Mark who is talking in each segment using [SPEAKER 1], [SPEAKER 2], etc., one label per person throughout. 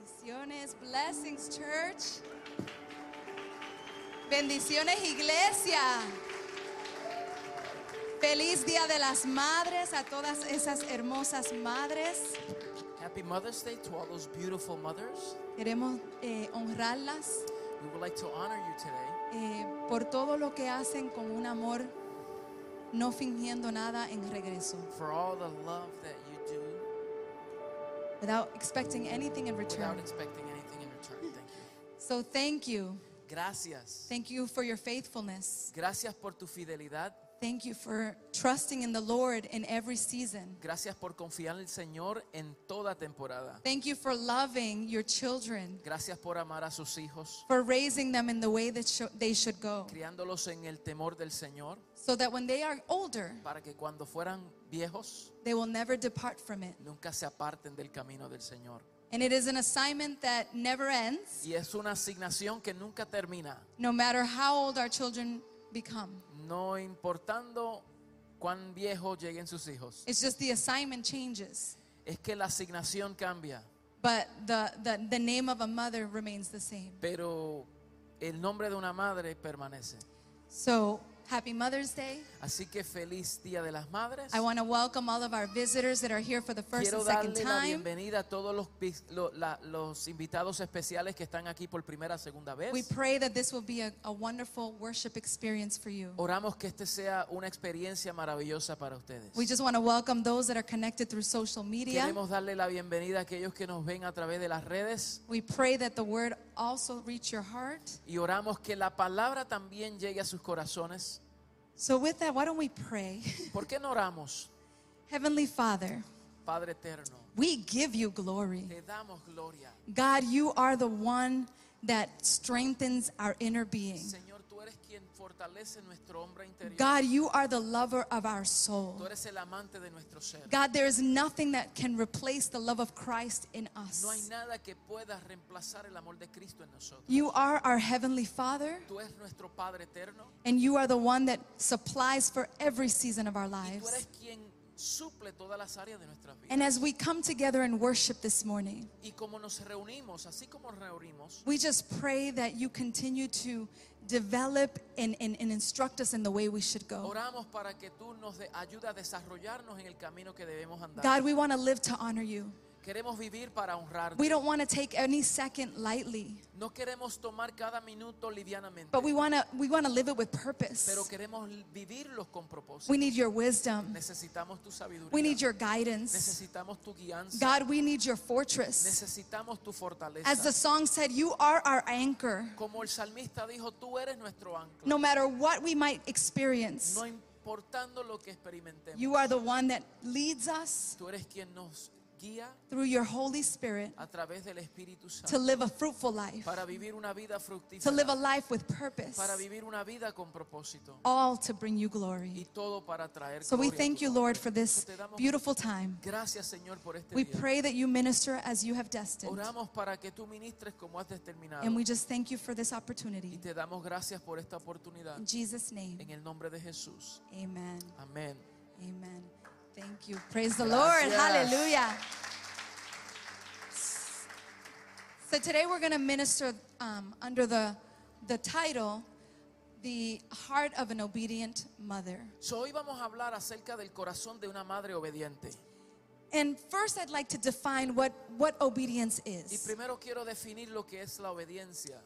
[SPEAKER 1] Blessings, blessings, church. Bendiciones, iglesia. Feliz Día de las Madres a todas esas hermosas madres.
[SPEAKER 2] Happy Mother's Day to all those beautiful mothers.
[SPEAKER 1] Queremos eh, honrarlas
[SPEAKER 2] We would like to honor you today
[SPEAKER 1] eh, por todo lo que hacen con un amor, no fingiendo nada en regreso.
[SPEAKER 2] for all the love that you do
[SPEAKER 1] Without expecting anything in
[SPEAKER 2] without
[SPEAKER 1] return.
[SPEAKER 2] expecting anything in return. Thank you.
[SPEAKER 1] So thank you.
[SPEAKER 2] Gracias.
[SPEAKER 1] Thank you for your faithfulness.
[SPEAKER 2] Gracias por tu fidelidad.
[SPEAKER 1] Thank you for trusting in the Lord in every season.
[SPEAKER 2] Gracias por confiar en el Señor en toda temporada.
[SPEAKER 1] Thank you for loving your children,
[SPEAKER 2] Gracias por amar a sus hijos,
[SPEAKER 1] for raising them in the way that sho- they should go,
[SPEAKER 2] criándolos en el temor del Señor,
[SPEAKER 1] so that when they are older,
[SPEAKER 2] para que cuando fueran viejos
[SPEAKER 1] they will never depart from it.
[SPEAKER 2] nunca se aparten del camino del Señor.
[SPEAKER 1] And it is an assignment that never ends,
[SPEAKER 2] Y es una asignación que nunca termina,
[SPEAKER 1] no matter how old our children become.
[SPEAKER 2] no importando cuán viejos lleguen sus hijos.
[SPEAKER 1] It's just the assignment changes,
[SPEAKER 2] Es que la asignación cambia,
[SPEAKER 1] but the, the, the name of a mother remains the same.
[SPEAKER 2] pero el nombre de una madre permanece.
[SPEAKER 1] So, happy Mother's Day.
[SPEAKER 2] Así que feliz Día de las Madres.
[SPEAKER 1] I want to welcome all of our visitors that are here for the first
[SPEAKER 2] Quiero
[SPEAKER 1] and second
[SPEAKER 2] darle la
[SPEAKER 1] time.
[SPEAKER 2] bienvenida a todos los, vis- lo- la- los invitados especiales que están aquí por primera, segunda
[SPEAKER 1] We
[SPEAKER 2] vez.
[SPEAKER 1] pray that this will be a, a wonderful worship experience for you.
[SPEAKER 2] Oramos que este sea una experiencia maravillosa para ustedes.
[SPEAKER 1] We just want to welcome those that are connected through social media.
[SPEAKER 2] Queremos darle la bienvenida a aquellos que nos ven a través de las redes
[SPEAKER 1] We pray that the word also reach your heart.
[SPEAKER 2] y oramos que la palabra también llegue a sus corazones.
[SPEAKER 1] So, with that, why don't we pray?
[SPEAKER 2] ¿Por qué no oramos,
[SPEAKER 1] Heavenly Father,
[SPEAKER 2] Padre eterno?
[SPEAKER 1] we give you glory.
[SPEAKER 2] Te damos gloria.
[SPEAKER 1] God, you are the one that strengthens our inner being.
[SPEAKER 2] Señor, tú eres quien fortalece nuestro hombre interior.
[SPEAKER 1] God, you are the lover of our
[SPEAKER 2] Tú
[SPEAKER 1] soul.
[SPEAKER 2] eres el amante de nuestro ser.
[SPEAKER 1] God, there is nothing that can replace the love of Christ in
[SPEAKER 2] No hay
[SPEAKER 1] us.
[SPEAKER 2] nada que pueda reemplazar el amor de Cristo en nosotros.
[SPEAKER 1] You are our Heavenly Father,
[SPEAKER 2] Tú eres nuestro Padre eterno.
[SPEAKER 1] and you are the one that supplies for every season of our
[SPEAKER 2] Y tú eres
[SPEAKER 1] lives.
[SPEAKER 2] quien suple todas las áreas de nuestras vidas.
[SPEAKER 1] And as we come together and worship this morning,
[SPEAKER 2] Y como nos reunimos, así como nos reunimos,
[SPEAKER 1] We just pray that you continue to develop and, and, and instruct us in the way we should go.
[SPEAKER 2] oramos para que tú nos de- ayudes a desarrollarnos en el camino que debemos andar.
[SPEAKER 1] God, we want to live to honor you.
[SPEAKER 2] Queremos vivir para honrarte.
[SPEAKER 1] We don't want to take any second lightly,
[SPEAKER 2] No queremos tomar cada minuto livianamente,
[SPEAKER 1] but we want to we want to live it with
[SPEAKER 2] pero
[SPEAKER 1] purpose.
[SPEAKER 2] queremos vivirlos con propósito.
[SPEAKER 1] We need your wisdom.
[SPEAKER 2] Necesitamos tu sabiduría.
[SPEAKER 1] We need your guidance.
[SPEAKER 2] Necesitamos tu guianza.
[SPEAKER 1] God, we need your fortress.
[SPEAKER 2] Necesitamos tu fortaleza.
[SPEAKER 1] As the song said, you are our anchor.
[SPEAKER 2] Como el salmista dijo, tú eres nuestro ancla.
[SPEAKER 1] No matter what we might experience,
[SPEAKER 2] No importando lo que experimentemos,
[SPEAKER 1] you are the one that leads us
[SPEAKER 2] tú eres quien nos guía
[SPEAKER 1] through your Holy Spirit
[SPEAKER 2] a través del Espíritu
[SPEAKER 1] to
[SPEAKER 2] Santo
[SPEAKER 1] live a fruitful life.
[SPEAKER 2] para vivir una vida
[SPEAKER 1] to live a
[SPEAKER 2] fructífera,
[SPEAKER 1] life with purpose,
[SPEAKER 2] para vivir una vida con propósito
[SPEAKER 1] all to bring you
[SPEAKER 2] y
[SPEAKER 1] glory.
[SPEAKER 2] todo para traer
[SPEAKER 1] So we
[SPEAKER 2] gloria a
[SPEAKER 1] thank
[SPEAKER 2] tu
[SPEAKER 1] you,
[SPEAKER 2] nombre.
[SPEAKER 1] Lord, for this
[SPEAKER 2] Te damos-
[SPEAKER 1] beautiful time.
[SPEAKER 2] Gracias, Señor, por este
[SPEAKER 1] We
[SPEAKER 2] día.
[SPEAKER 1] pray that you minister as you have destined.
[SPEAKER 2] Oramos para que tú ministres como has determinado
[SPEAKER 1] And we just thank you for this
[SPEAKER 2] y
[SPEAKER 1] opportunity.
[SPEAKER 2] te damos gracias por esta oportunidad
[SPEAKER 1] In Jesus' name,
[SPEAKER 2] en el nombre de Jesús.
[SPEAKER 1] amen.
[SPEAKER 2] Amén.
[SPEAKER 1] Amen. Thank you. Praise the Lord.
[SPEAKER 2] Gracias.
[SPEAKER 1] Hallelujah. So today we're going to minister um, under the, the title, The Heart of an Obedient Mother.
[SPEAKER 2] So, hoy vamos a hablar acerca del corazón de una madre obediente.
[SPEAKER 1] And first, I'd like to define what, what obedience
[SPEAKER 2] Y
[SPEAKER 1] is.
[SPEAKER 2] primero quiero definir lo que es la obediencia.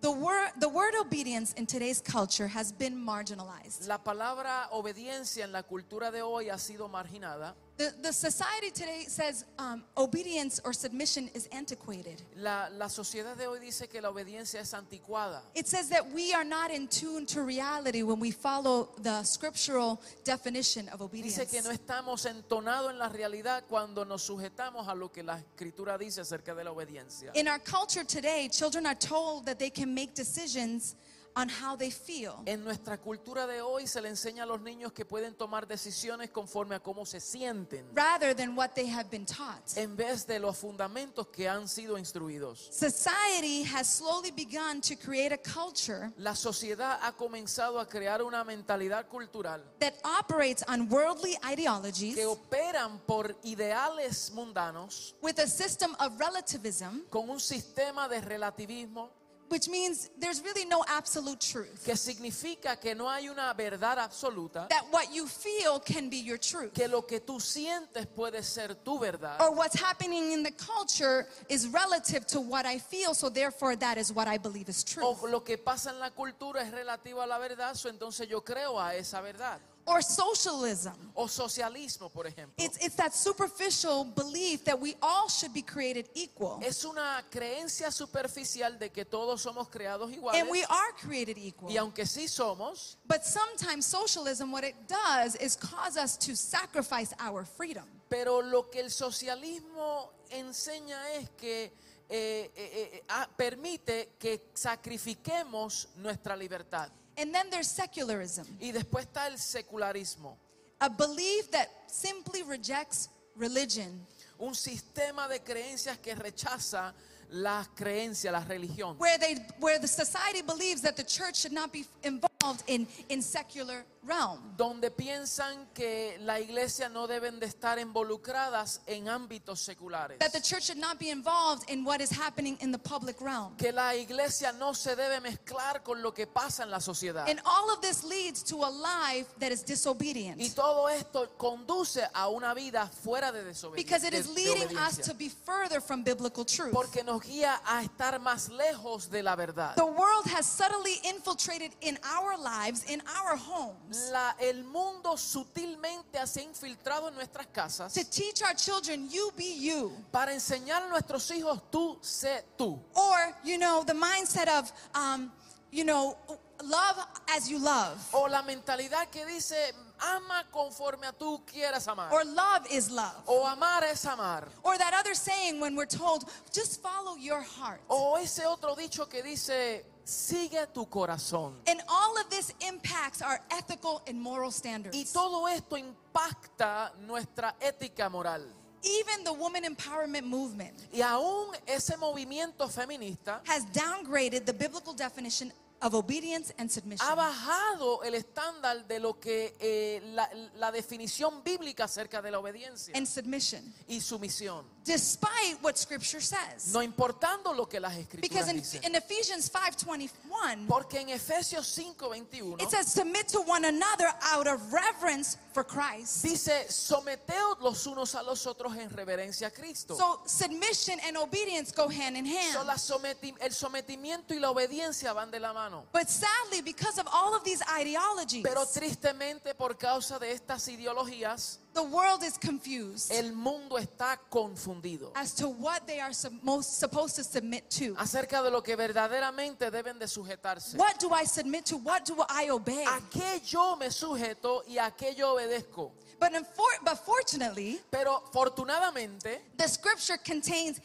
[SPEAKER 1] The word, the word obedience in today's culture has been marginalized.
[SPEAKER 2] La palabra obediencia en la cultura de hoy ha sido marginada.
[SPEAKER 1] The, the society today says um, obedience or submission is antiquated.
[SPEAKER 2] La, la sociedad de hoy dice que la obediencia es anticuada.
[SPEAKER 1] It says that we are not in tune to reality when we follow the scriptural definition of
[SPEAKER 2] Dice
[SPEAKER 1] obedience.
[SPEAKER 2] que no estamos entonados en la realidad cuando nos sujetamos a lo que la escritura dice acerca de la obediencia.
[SPEAKER 1] In our culture today, children are told that they can make decisions on how they feel.
[SPEAKER 2] En nuestra cultura de hoy se le enseña a los niños que pueden tomar decisiones conforme a cómo se sienten,
[SPEAKER 1] rather than what they have been taught.
[SPEAKER 2] en vez de los fundamentos que han sido instruidos.
[SPEAKER 1] Society has slowly begun to create a culture
[SPEAKER 2] La sociedad ha comenzado a crear una mentalidad cultural
[SPEAKER 1] that operates on worldly ideologies
[SPEAKER 2] que operan por ideales mundanos
[SPEAKER 1] with a system of relativism,
[SPEAKER 2] con un sistema de relativismo
[SPEAKER 1] which means there's really no absolute truth.
[SPEAKER 2] que significa que no hay una verdad absoluta,
[SPEAKER 1] That what you feel can be your truth,
[SPEAKER 2] que lo que tú sientes puede ser tu verdad
[SPEAKER 1] or what's happening in the culture is relative to what I feel, so therefore that is what I believe is true.
[SPEAKER 2] o lo que pasa en la cultura es relativo a la verdad, so entonces yo creo a esa verdad.
[SPEAKER 1] Or socialism.
[SPEAKER 2] O socialismo, por ejemplo.
[SPEAKER 1] It's, it's that superficial belief that we all should be created equal.
[SPEAKER 2] es una creencia superficial de que todos somos creados iguales
[SPEAKER 1] And we are created equal.
[SPEAKER 2] y aunque sí somos,
[SPEAKER 1] But sometimes socialism, what it does is cause us to sacrifice our freedom.
[SPEAKER 2] pero lo que el socialismo enseña es que eh, eh, eh, ah, permite que sacrifiquemos nuestra libertad.
[SPEAKER 1] And then there's secularism,
[SPEAKER 2] Y después está el secularismo,
[SPEAKER 1] a belief that simply rejects religion,
[SPEAKER 2] un sistema de creencias que rechaza las creencias, la religión.
[SPEAKER 1] where, they, where the society believes that the church should not be involved in, in secular realm.
[SPEAKER 2] donde piensan que la iglesia no deben de estar involucradas en ámbitos seculares.
[SPEAKER 1] That the church should not be involved in what is happening in the public realm.
[SPEAKER 2] que la iglesia no se debe mezclar con lo que pasa en la sociedad.
[SPEAKER 1] And all of this leads to a life that is
[SPEAKER 2] Y
[SPEAKER 1] disobedient
[SPEAKER 2] todo esto conduce a una vida fuera de desobediencia.
[SPEAKER 1] because it is leading us to be further from biblical truth.
[SPEAKER 2] Porque nos guía a estar más lejos de la verdad.
[SPEAKER 1] The world has subtly infiltrated in our lives, in our homes,
[SPEAKER 2] La- el mundo sutilmente se ha infiltrado en nuestras casas
[SPEAKER 1] to teach our children, you be you.
[SPEAKER 2] para enseñar a nuestros hijos tú sé tú.
[SPEAKER 1] Or, you know, the mindset of, um, you know, love as you love,
[SPEAKER 2] O la mentalidad que dice ama conforme a tú quieras amar.
[SPEAKER 1] or love is love.
[SPEAKER 2] O amar es amar.
[SPEAKER 1] Or that other saying when we're told, just follow your heart.
[SPEAKER 2] O ese otro dicho que dice sigue tu corazón.
[SPEAKER 1] And all of this impacts our ethical and moral
[SPEAKER 2] Y
[SPEAKER 1] standards.
[SPEAKER 2] todo esto impacta nuestra ética moral.
[SPEAKER 1] Even the woman empowerment movement
[SPEAKER 2] Y aún ese movimiento feminista
[SPEAKER 1] has downgraded the biblical definition of obedience and submission.
[SPEAKER 2] ha bajado el estándar de lo que eh, la, la definición bíblica acerca de la obediencia
[SPEAKER 1] And submission.
[SPEAKER 2] y sumisión,
[SPEAKER 1] despite what scripture says
[SPEAKER 2] no importando lo que las
[SPEAKER 1] because
[SPEAKER 2] escrituras
[SPEAKER 1] in,
[SPEAKER 2] dicen.
[SPEAKER 1] in ephesians 5.21
[SPEAKER 2] Porque en Efesios 5:21
[SPEAKER 1] it says submit to one another out of reverence for christ
[SPEAKER 2] dice, someteos los unos a los otros en reverencia a Cristo.
[SPEAKER 1] so submission and obedience go hand in
[SPEAKER 2] So,
[SPEAKER 1] hand
[SPEAKER 2] la someti- el sometimiento y la obediencia van de la mano.
[SPEAKER 1] but sadly because of all of these ideologies
[SPEAKER 2] Pero tristemente por causa de estas ideologías,
[SPEAKER 1] the world is confused
[SPEAKER 2] el mundo está confundido
[SPEAKER 1] as to what they are sub- most supposed to submit to
[SPEAKER 2] acerca de lo que verdaderamente deben de sujetarse.
[SPEAKER 1] what do i submit to what do i obey
[SPEAKER 2] ¿A qué yo me sujeto y a qué yo obedezco?
[SPEAKER 1] but, unfor- but fortunately
[SPEAKER 2] Pero afortunadamente,
[SPEAKER 1] the scripture contains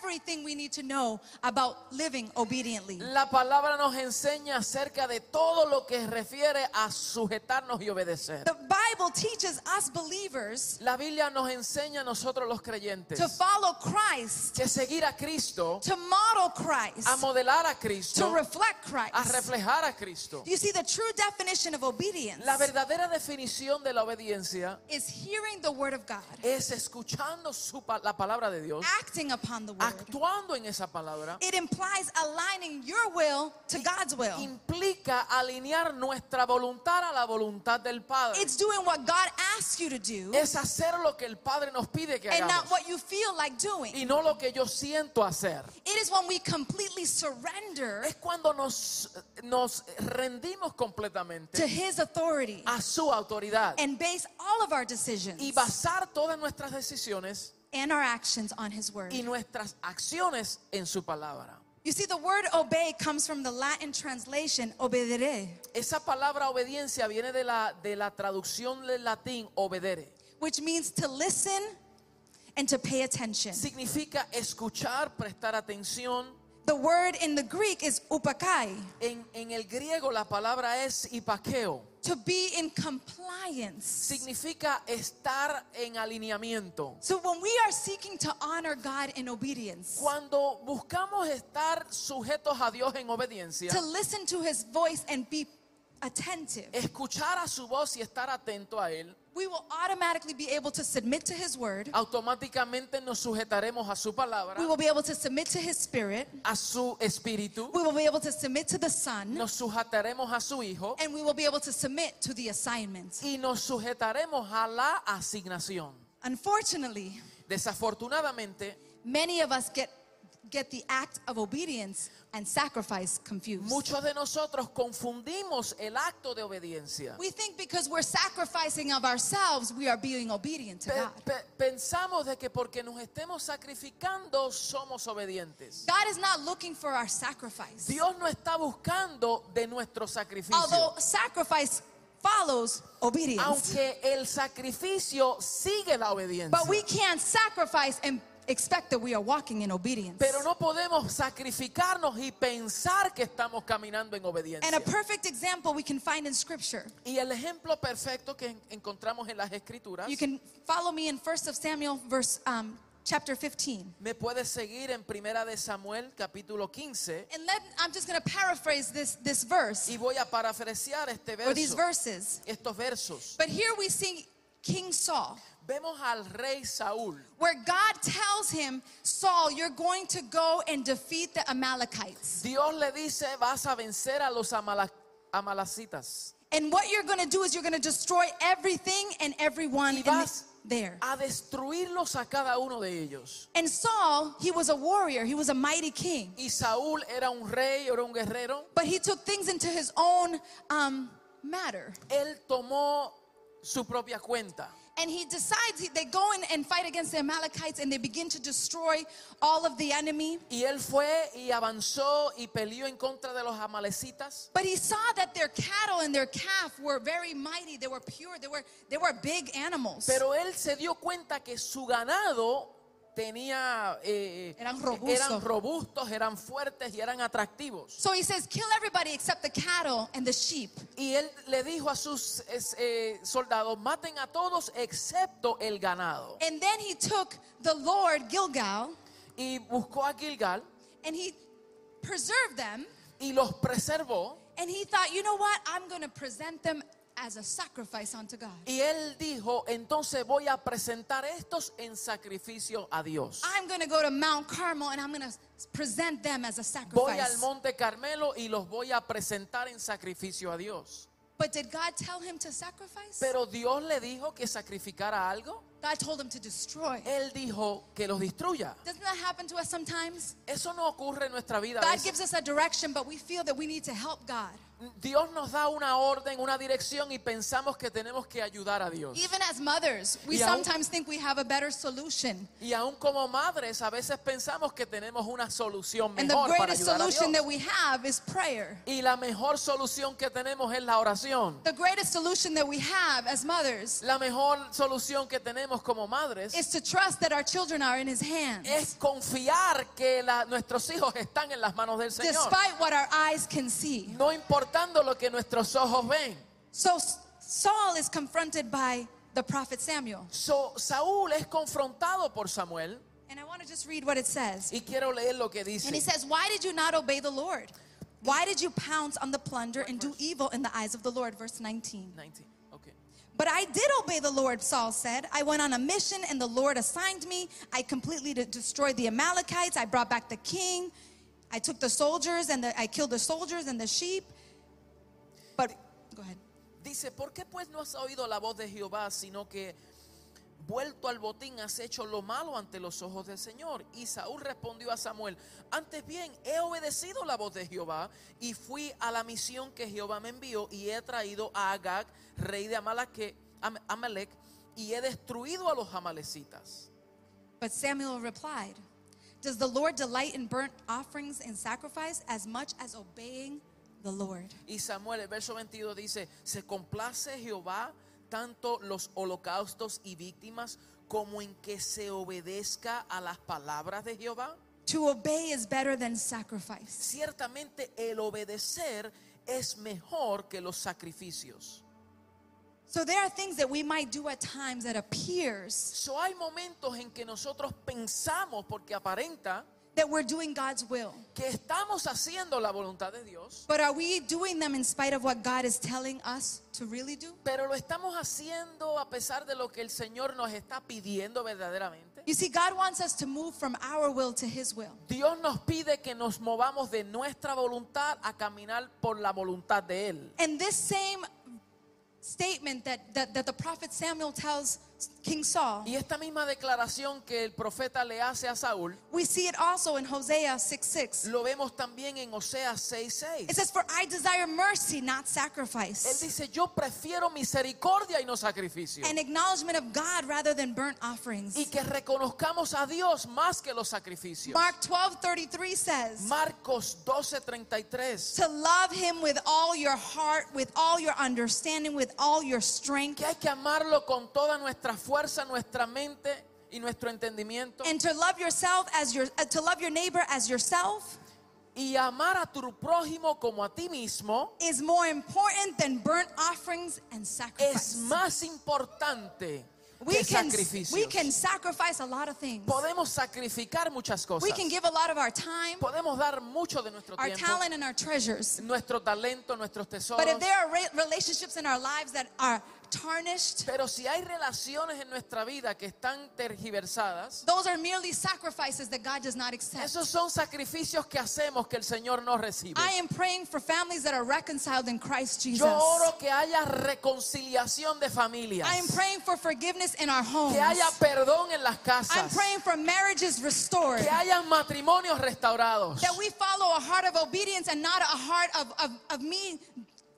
[SPEAKER 1] everything we need to know about living obediently
[SPEAKER 2] la palabra nos enseña acerca de todo lo que refiere a sujetarnos y obedecer.
[SPEAKER 1] The Bible teaches us believers
[SPEAKER 2] La Biblia nos enseña a nosotros los creyentes
[SPEAKER 1] to follow Christ,
[SPEAKER 2] que seguir a Cristo,
[SPEAKER 1] to model
[SPEAKER 2] a
[SPEAKER 1] Christ,
[SPEAKER 2] modelar a
[SPEAKER 1] to
[SPEAKER 2] Cristo,
[SPEAKER 1] reflect
[SPEAKER 2] a
[SPEAKER 1] Christ.
[SPEAKER 2] reflejar a Cristo.
[SPEAKER 1] You see, the true definition of obedience
[SPEAKER 2] La verdadera definición de la obediencia
[SPEAKER 1] is hearing the Word of God,
[SPEAKER 2] es escuchando su pa- la palabra de Dios,
[SPEAKER 1] acting upon the Word.
[SPEAKER 2] actuando en esa palabra,
[SPEAKER 1] It implies aligning your will to God's will.
[SPEAKER 2] implica alinear nuestra voluntad a la voluntad del Padre.
[SPEAKER 1] It's doing what God asks you to do
[SPEAKER 2] Es hacer lo que el Padre nos pide que
[SPEAKER 1] and not
[SPEAKER 2] hagamos
[SPEAKER 1] what you feel like doing.
[SPEAKER 2] y no lo que yo siento hacer.
[SPEAKER 1] It is when we completely surrender
[SPEAKER 2] Es cuando nos, nos rendimos completamente
[SPEAKER 1] to His authority
[SPEAKER 2] a su autoridad
[SPEAKER 1] and base all of our
[SPEAKER 2] Ah. y
[SPEAKER 1] decisions
[SPEAKER 2] basar todas nuestras decisiones
[SPEAKER 1] and our actions on His Word.
[SPEAKER 2] y nuestras acciones en su palabra.
[SPEAKER 1] You see, the word obey comes from the Latin translation obedere,
[SPEAKER 2] Esa palabra obediencia viene de la, de la traducción del latín obedere.
[SPEAKER 1] which means to listen and to pay attention.
[SPEAKER 2] Significa escuchar, prestar atención,
[SPEAKER 1] The word in the Greek is upakai,
[SPEAKER 2] En, en el griego la palabra es hipaqueo.
[SPEAKER 1] to be in compliance.
[SPEAKER 2] Significa estar en alineamiento.
[SPEAKER 1] So when we are seeking to honor God in obedience,
[SPEAKER 2] Cuando buscamos estar sujetos a Dios en obediencia,
[SPEAKER 1] to listen to his voice and be attentive,
[SPEAKER 2] Eh- escuchar a su voz y estar atento a Él,
[SPEAKER 1] we will automatically be able to submit to his word.
[SPEAKER 2] Ah. automáticamente nos sujetaremos a su palabra,
[SPEAKER 1] We will be able to submit to his spirit.
[SPEAKER 2] a su espíritu,
[SPEAKER 1] We will be able to submit to the son.
[SPEAKER 2] nos sujetaremos a su hijo
[SPEAKER 1] And we will be able to submit to the assignment.
[SPEAKER 2] y nos sujetaremos a la asignación.
[SPEAKER 1] Unfortunately,
[SPEAKER 2] Desafortunadamente,
[SPEAKER 1] many of us get, get the act of obedience and sacrifice confused.
[SPEAKER 2] muchos de nosotros confundimos el acto de obediencia.
[SPEAKER 1] We think because we're sacrificing of ourselves, we are being obedient to
[SPEAKER 2] Pe-
[SPEAKER 1] God.
[SPEAKER 2] pe- pensamos de que porque nos estemos sacrificando somos obedientes.
[SPEAKER 1] God is not looking for our sacrifice.
[SPEAKER 2] Dios no está buscando de nuestro sacrificio.
[SPEAKER 1] Although sacrifice follows obedience.
[SPEAKER 2] Aunque el sacrificio sigue la obediencia.
[SPEAKER 1] But we can't sacrifice and expect that we are walking in obedience.
[SPEAKER 2] Pero no podemos sacrificarnos y pensar que estamos caminando en obediencia.
[SPEAKER 1] And a perfect example we can find in scripture.
[SPEAKER 2] Y el ejemplo perfecto que en- encontramos en las escrituras,
[SPEAKER 1] You can follow me in 1 of Samuel verse um, chapter 15.
[SPEAKER 2] me puedes seguir en Primera de Samuel capítulo 15
[SPEAKER 1] And let, I'm just going to paraphrase this, this verse
[SPEAKER 2] y voy a parafrasear este
[SPEAKER 1] or these
[SPEAKER 2] verso,
[SPEAKER 1] verses.
[SPEAKER 2] estos versos.
[SPEAKER 1] But here we see King Saul,
[SPEAKER 2] Vemos al rey Saúl
[SPEAKER 1] where God tells him, Saul, you're going to go and defeat the Amalekites.
[SPEAKER 2] Dios le dice, vas a vencer a los amala- amalacitas.
[SPEAKER 1] And what you're going to do is you're going to destroy everything and everyone
[SPEAKER 2] Y
[SPEAKER 1] in
[SPEAKER 2] vas
[SPEAKER 1] there.
[SPEAKER 2] a destruirlos a cada uno de ellos.
[SPEAKER 1] And Saul, he was a warrior, he was a mighty king.
[SPEAKER 2] Y Saúl era un rey, era un guerrero.
[SPEAKER 1] But he took things into his own um, matter.
[SPEAKER 2] Él tomó su propia cuenta.
[SPEAKER 1] And he decides, he- they go in and fight against the Amalekites and they begin to destroy all of the enemy.
[SPEAKER 2] Y él fue y avanzó y peleó en contra de los amalecitas.
[SPEAKER 1] But he saw that their cattle and their calf were very mighty. They were pure. They were they were big animals.
[SPEAKER 2] Pero él se dio cuenta que su ganado tenía... eh,
[SPEAKER 1] Eran
[SPEAKER 2] eh,
[SPEAKER 1] robustos.
[SPEAKER 2] eran robustos, eran fuertes y eran atractivos.
[SPEAKER 1] so he says, "Kill everybody except the cattle and the sheep."
[SPEAKER 2] Y él le dijo a sus es- eh, soldados, maten a todos excepto el ganado.
[SPEAKER 1] And then he took the Lord Gilgal
[SPEAKER 2] Y buscó a Gilgal
[SPEAKER 1] and he preserved them.
[SPEAKER 2] y los preservó.
[SPEAKER 1] And he thought, you know what? I'm going to present them as a sacrifice unto God.
[SPEAKER 2] Y él dijo, entonces voy a presentar estos en sacrificio a Dios.
[SPEAKER 1] I'm going to go to Mount Carmel and I'm going to present them as a
[SPEAKER 2] Voy al
[SPEAKER 1] sacrifice.
[SPEAKER 2] monte Carmelo y los voy a presentar en sacrificio a Dios.
[SPEAKER 1] But did God tell him to sacrifice?
[SPEAKER 2] Pero Dios le dijo que sacrificara algo.
[SPEAKER 1] God told him to destroy.
[SPEAKER 2] Él dijo que los destruya.
[SPEAKER 1] Doesn't that happen to us sometimes?
[SPEAKER 2] Eso no ocurre en nuestra vida. a
[SPEAKER 1] God
[SPEAKER 2] veces.
[SPEAKER 1] gives us a direction, but we feel that we need to help God.
[SPEAKER 2] Dios nos da una orden, una dirección y pensamos que tenemos que ayudar a Dios.
[SPEAKER 1] Even as mothers, we
[SPEAKER 2] Y aún-
[SPEAKER 1] sometimes think we have a better solution.
[SPEAKER 2] Y aún como madres a veces pensamos que tenemos una solución
[SPEAKER 1] And the
[SPEAKER 2] mejor para
[SPEAKER 1] greatest
[SPEAKER 2] ayudar a
[SPEAKER 1] solution that
[SPEAKER 2] Dios.
[SPEAKER 1] we have is prayer.
[SPEAKER 2] Y la mejor solución que tenemos es la oración.
[SPEAKER 1] The greatest solution that we have as mothers
[SPEAKER 2] La mejor solución que tenemos como madres
[SPEAKER 1] is to trust that our children are in His hands,
[SPEAKER 2] es confiar que la- nuestros hijos están en las manos del Señor,
[SPEAKER 1] despite what our eyes can see.
[SPEAKER 2] no importando lo que nuestros ojos ven.
[SPEAKER 1] So Saul is confronted by the prophet Samuel.
[SPEAKER 2] So, Saúl es confrontado por Samuel
[SPEAKER 1] And I want to just read what it says.
[SPEAKER 2] y quiero leer lo que
[SPEAKER 1] And he
[SPEAKER 2] dice.
[SPEAKER 1] says, Why did you not obey the Lord? Why did you pounce on the plunder and do evil in the eyes of the Lord? Verse 19.
[SPEAKER 2] 19, ok.
[SPEAKER 1] But I did obey the Lord, Saul said. I went on a mission and the Lord assigned me. I completely de- destroyed the Amalekites. I brought back the king. I took the soldiers and the, I killed the soldiers and the sheep. But go ahead.
[SPEAKER 2] Dice, ¿por qué pues no has oído la voz de Jehová, sino que vuelto al botín has hecho lo malo ante los ojos del Señor? Y Saúl respondió a Samuel, antes bien he obedecido la voz de Jehová y fui a la misión que Jehová me envió y he traído a Agag, rey de Amalaque- Am- Amalek, y he destruido a los amalecitas.
[SPEAKER 1] But Samuel replied, Does the Lord delight in burnt offerings and sacrifice as much as obeying the Lord?
[SPEAKER 2] Y Samuel, el verso 22 dice, se complace Jehová tanto los holocaustos y víctimas como en que se obedezca a las palabras de Jehová.
[SPEAKER 1] To obey is better than sacrifice.
[SPEAKER 2] Ciertamente el obedecer es mejor que los sacrificios.
[SPEAKER 1] So there are things that we might do at times that appears
[SPEAKER 2] So hay momentos en que nosotros pensamos, porque aparenta,
[SPEAKER 1] that we're doing God's will.
[SPEAKER 2] que estamos haciendo la voluntad de Dios,
[SPEAKER 1] But are we doing them in spite of what God is telling us to really do?
[SPEAKER 2] pero lo estamos haciendo a pesar de lo que el Señor nos está pidiendo verdaderamente.
[SPEAKER 1] You see, God wants us to move from our will to His will.
[SPEAKER 2] Dios nos pide que nos movamos de nuestra voluntad a caminar por la voluntad de Él.
[SPEAKER 1] And this same statement that, that, that the prophet Samuel tells King Saul,
[SPEAKER 2] Y esta misma declaración que el profeta le hace a Saúl,
[SPEAKER 1] we see it also in Hosea 6 6.
[SPEAKER 2] lo vemos también en Oseas
[SPEAKER 1] It
[SPEAKER 2] 6:6.
[SPEAKER 1] says, For I desire mercy, not
[SPEAKER 2] Él
[SPEAKER 1] sacrifice,
[SPEAKER 2] dice, yo prefiero misericordia y no sacrificio.
[SPEAKER 1] and acknowledgement of God rather than burnt offerings.
[SPEAKER 2] Y que reconozcamos a Dios más que los sacrificios.
[SPEAKER 1] Mark twelve thirty three says,
[SPEAKER 2] Marcos 12:33.
[SPEAKER 1] To love Him with all your heart, with all your understanding, with all your strength,
[SPEAKER 2] Que hay que amarlo con toda nuestra fuerza, nuestra mente y nuestro entendimiento.
[SPEAKER 1] and to love yourself as your, uh, to love your neighbor as yourself
[SPEAKER 2] Y amar a tu prójimo como a ti mismo.
[SPEAKER 1] is more important than burnt offerings and
[SPEAKER 2] es
[SPEAKER 1] sacrifice.
[SPEAKER 2] más importante
[SPEAKER 1] We
[SPEAKER 2] que
[SPEAKER 1] can,
[SPEAKER 2] sacrificios.
[SPEAKER 1] we can sacrifice a lot of things.
[SPEAKER 2] Podemos sacrificar muchas cosas.
[SPEAKER 1] We can give a lot of our time,
[SPEAKER 2] Podemos dar mucho de nuestro
[SPEAKER 1] our
[SPEAKER 2] tiempo,
[SPEAKER 1] talent, and our treasures.
[SPEAKER 2] nuestro talento, nuestros tesoros.
[SPEAKER 1] But if there are re- relationships in our lives that are tarnished,
[SPEAKER 2] Pero si hay relaciones en nuestra vida que están tergiversadas,
[SPEAKER 1] those are merely sacrifices that God does not accept.
[SPEAKER 2] esos son sacrificios que hacemos que el Señor no recibe.
[SPEAKER 1] I am praying for families that are reconciled in Christ Jesus.
[SPEAKER 2] Yo
[SPEAKER 1] I
[SPEAKER 2] oro que haya reconciliación de familias,
[SPEAKER 1] am praying for forgiveness in our homes.
[SPEAKER 2] que haya perdón en las
[SPEAKER 1] I'm
[SPEAKER 2] casas,
[SPEAKER 1] praying for marriages restored.
[SPEAKER 2] que haya matrimonios restaurados.
[SPEAKER 1] That we follow a heart of obedience and not a heart of, of, of me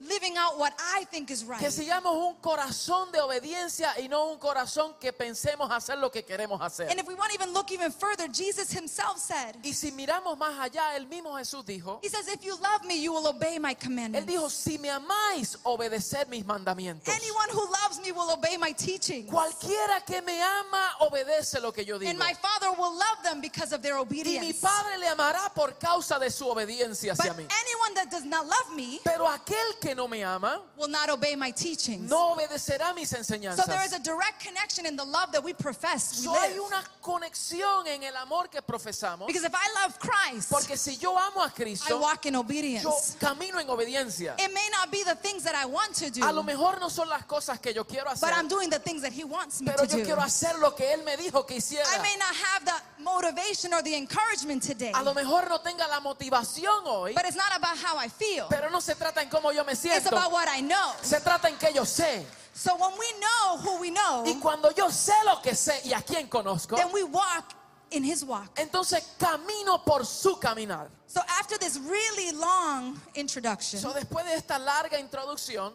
[SPEAKER 1] living out what I think is
[SPEAKER 2] Que
[SPEAKER 1] right.
[SPEAKER 2] sigamos un corazón de obediencia y no un corazón que pensemos hacer lo que queremos
[SPEAKER 1] And
[SPEAKER 2] hacer.
[SPEAKER 1] if we want to even look even further, Jesus himself said,
[SPEAKER 2] Y si miramos más allá, el mismo Jesús dijo,
[SPEAKER 1] He says, If you love me, you will obey my
[SPEAKER 2] él
[SPEAKER 1] commandments.
[SPEAKER 2] dijo, si me amáis, obedeced mis mandamientos.
[SPEAKER 1] Anyone who loves me will obey my teaching.
[SPEAKER 2] Cualquiera que me ama, obedece lo que yo digo.
[SPEAKER 1] And my Father will love them because of their
[SPEAKER 2] Y mi
[SPEAKER 1] obedience.
[SPEAKER 2] Padre le amará por causa de su obediencia
[SPEAKER 1] But
[SPEAKER 2] hacia mí.
[SPEAKER 1] anyone that does not love me
[SPEAKER 2] Pero aquel que no me ama,
[SPEAKER 1] will not obey my teachings.
[SPEAKER 2] no obedecerá mis
[SPEAKER 1] So there is
[SPEAKER 2] enseñanzas.
[SPEAKER 1] a direct connection in the love that we profess. We
[SPEAKER 2] So hay
[SPEAKER 1] live.
[SPEAKER 2] una conexión en el amor que profesamos.
[SPEAKER 1] Because if I love Christ,
[SPEAKER 2] Porque si yo amo a
[SPEAKER 1] I
[SPEAKER 2] Cristo,
[SPEAKER 1] walk in
[SPEAKER 2] yo
[SPEAKER 1] obedience.
[SPEAKER 2] camino en obediencia.
[SPEAKER 1] It may not be the things that I want to do,
[SPEAKER 2] A lo mejor no son las cosas que yo quiero hacer,
[SPEAKER 1] but I'm doing the things that He wants me
[SPEAKER 2] pero
[SPEAKER 1] to do.
[SPEAKER 2] yo quiero hacer lo que él me dijo que hiciera.
[SPEAKER 1] I may not have the motivation or the encouragement today,
[SPEAKER 2] A lo mejor no tenga la motivación hoy,
[SPEAKER 1] but it's not about how I feel.
[SPEAKER 2] pero no se trata en cómo yo me
[SPEAKER 1] It's
[SPEAKER 2] siento,
[SPEAKER 1] about what I know.
[SPEAKER 2] se trata en que yo sé.
[SPEAKER 1] So when we know who we
[SPEAKER 2] Y
[SPEAKER 1] know,
[SPEAKER 2] cuando yo sé lo que sé y a quién conozco,
[SPEAKER 1] then we walk in his walk.
[SPEAKER 2] entonces camino por su caminar.
[SPEAKER 1] So after this really long introduction,
[SPEAKER 2] So, después de esta larga introducción,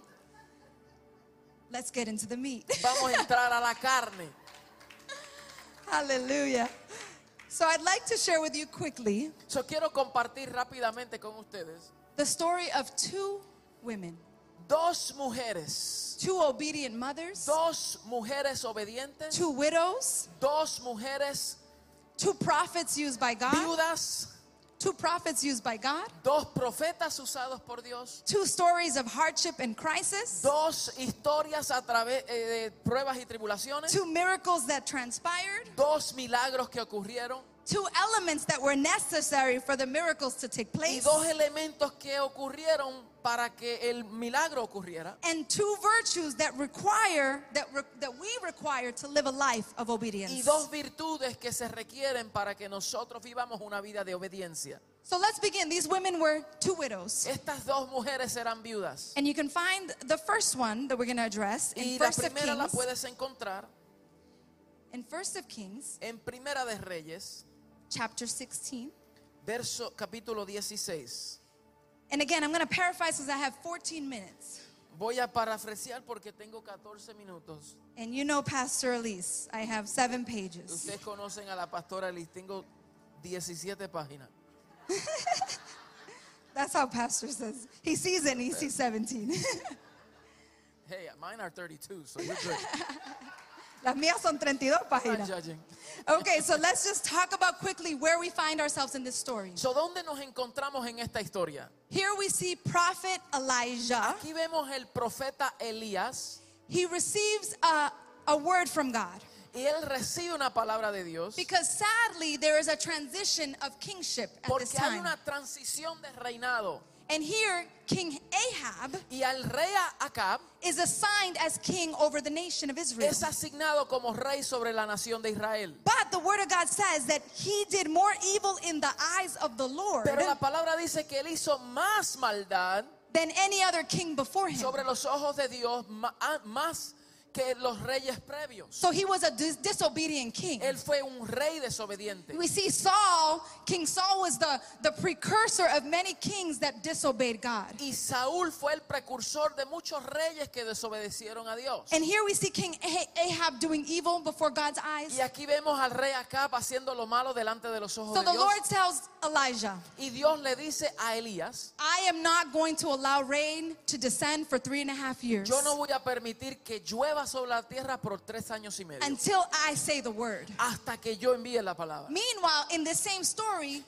[SPEAKER 1] let's get into the meat.
[SPEAKER 2] vamos a entrar a la carne.
[SPEAKER 1] Hallelujah. So I'd like to share with you quickly
[SPEAKER 2] Yo quiero compartir rápidamente con ustedes
[SPEAKER 1] the story of two women,
[SPEAKER 2] dos mujeres,
[SPEAKER 1] two obedient mothers,
[SPEAKER 2] dos mujeres obedientes,
[SPEAKER 1] two widows,
[SPEAKER 2] dos mujeres
[SPEAKER 1] two prophets used by God,
[SPEAKER 2] viudas.
[SPEAKER 1] two prophets used by God,
[SPEAKER 2] dos profetas usados por Dios,
[SPEAKER 1] two stories of hardship and crisis,
[SPEAKER 2] dos historias a través eh, de pruebas y tribulaciones,
[SPEAKER 1] two miracles that transpired,
[SPEAKER 2] dos milagros que ocurrieron
[SPEAKER 1] two elements that were necessary for the miracles to take
[SPEAKER 2] y
[SPEAKER 1] place.
[SPEAKER 2] dos elementos que ocurrieron para que el milagro ocurriera
[SPEAKER 1] and two virtues that require that re- that we require to live a life of
[SPEAKER 2] y
[SPEAKER 1] obedience.
[SPEAKER 2] dos virtudes que se requieren para que nosotros vivamos una vida de obediencia.
[SPEAKER 1] So let's begin. These women were two widows.
[SPEAKER 2] Estas dos mujeres eran viudas
[SPEAKER 1] And you can find the first one that we're going to address in
[SPEAKER 2] y la
[SPEAKER 1] First of
[SPEAKER 2] primera la
[SPEAKER 1] Kings.
[SPEAKER 2] puedes encontrar
[SPEAKER 1] In First of Kings,
[SPEAKER 2] en Primera de Reyes,
[SPEAKER 1] chapter 16.
[SPEAKER 2] verso capítulo 16.
[SPEAKER 1] And again, I'm going to paraphrase because I have 14 minutes.
[SPEAKER 2] Voy a parafrasear porque tengo 14 minutos.
[SPEAKER 1] And you know Pastor Elise, I have seven pages.
[SPEAKER 2] Ustedes conocen a la pastora Liz, tengo 17 páginas.
[SPEAKER 1] That's how Pastor says. He sees it and he sees 17.
[SPEAKER 2] Hey, mine are 32, so you're good.
[SPEAKER 1] Las mías son 32
[SPEAKER 2] I'm
[SPEAKER 1] páginas.
[SPEAKER 2] judging.
[SPEAKER 1] Okay, so let's just talk about quickly where we find ourselves in this story.
[SPEAKER 2] So, ¿dónde nos encontramos en esta historia?
[SPEAKER 1] Here we see prophet Elijah.
[SPEAKER 2] Aquí vemos el profeta Elías
[SPEAKER 1] He receives a, a word from God
[SPEAKER 2] y él recibe una palabra de Dios
[SPEAKER 1] because sadly there is a transition of kingship at this
[SPEAKER 2] porque hay
[SPEAKER 1] time.
[SPEAKER 2] una transición de reinado
[SPEAKER 1] And here King Ahab
[SPEAKER 2] y al rey Acab
[SPEAKER 1] is assigned as king over the nation of Israel.
[SPEAKER 2] es asignado como rey sobre la nación de Israel.
[SPEAKER 1] But the word of God says that he did more evil in the eyes of the Lord
[SPEAKER 2] Pero la palabra dice que él hizo más maldad
[SPEAKER 1] than any other king before him.
[SPEAKER 2] sobre los ojos de Dios ma- ah, más que los reyes previos.
[SPEAKER 1] So he was a dis- disobedient king.
[SPEAKER 2] Él fue un rey desobediente.
[SPEAKER 1] We see Saul, King Saul was the, the precursor of many kings that disobeyed God.
[SPEAKER 2] Y Saúl fue el precursor de muchos reyes que desobedecieron a Dios.
[SPEAKER 1] And here we see King Ah- Ahab doing evil before God's eyes.
[SPEAKER 2] Y aquí vemos al rey Acab haciendo lo malo delante de los ojos
[SPEAKER 1] So
[SPEAKER 2] de
[SPEAKER 1] the
[SPEAKER 2] Dios.
[SPEAKER 1] Lord tells Elijah,
[SPEAKER 2] Y Dios le dice a Elías,
[SPEAKER 1] I am not going to allow rain to descend for three and a half years
[SPEAKER 2] yo no voy a permitir que llueva sobre la tierra por tres años y medio.
[SPEAKER 1] until I say the word.
[SPEAKER 2] Hasta que yo envíe la palabra.
[SPEAKER 1] Meanwhile, in this same story,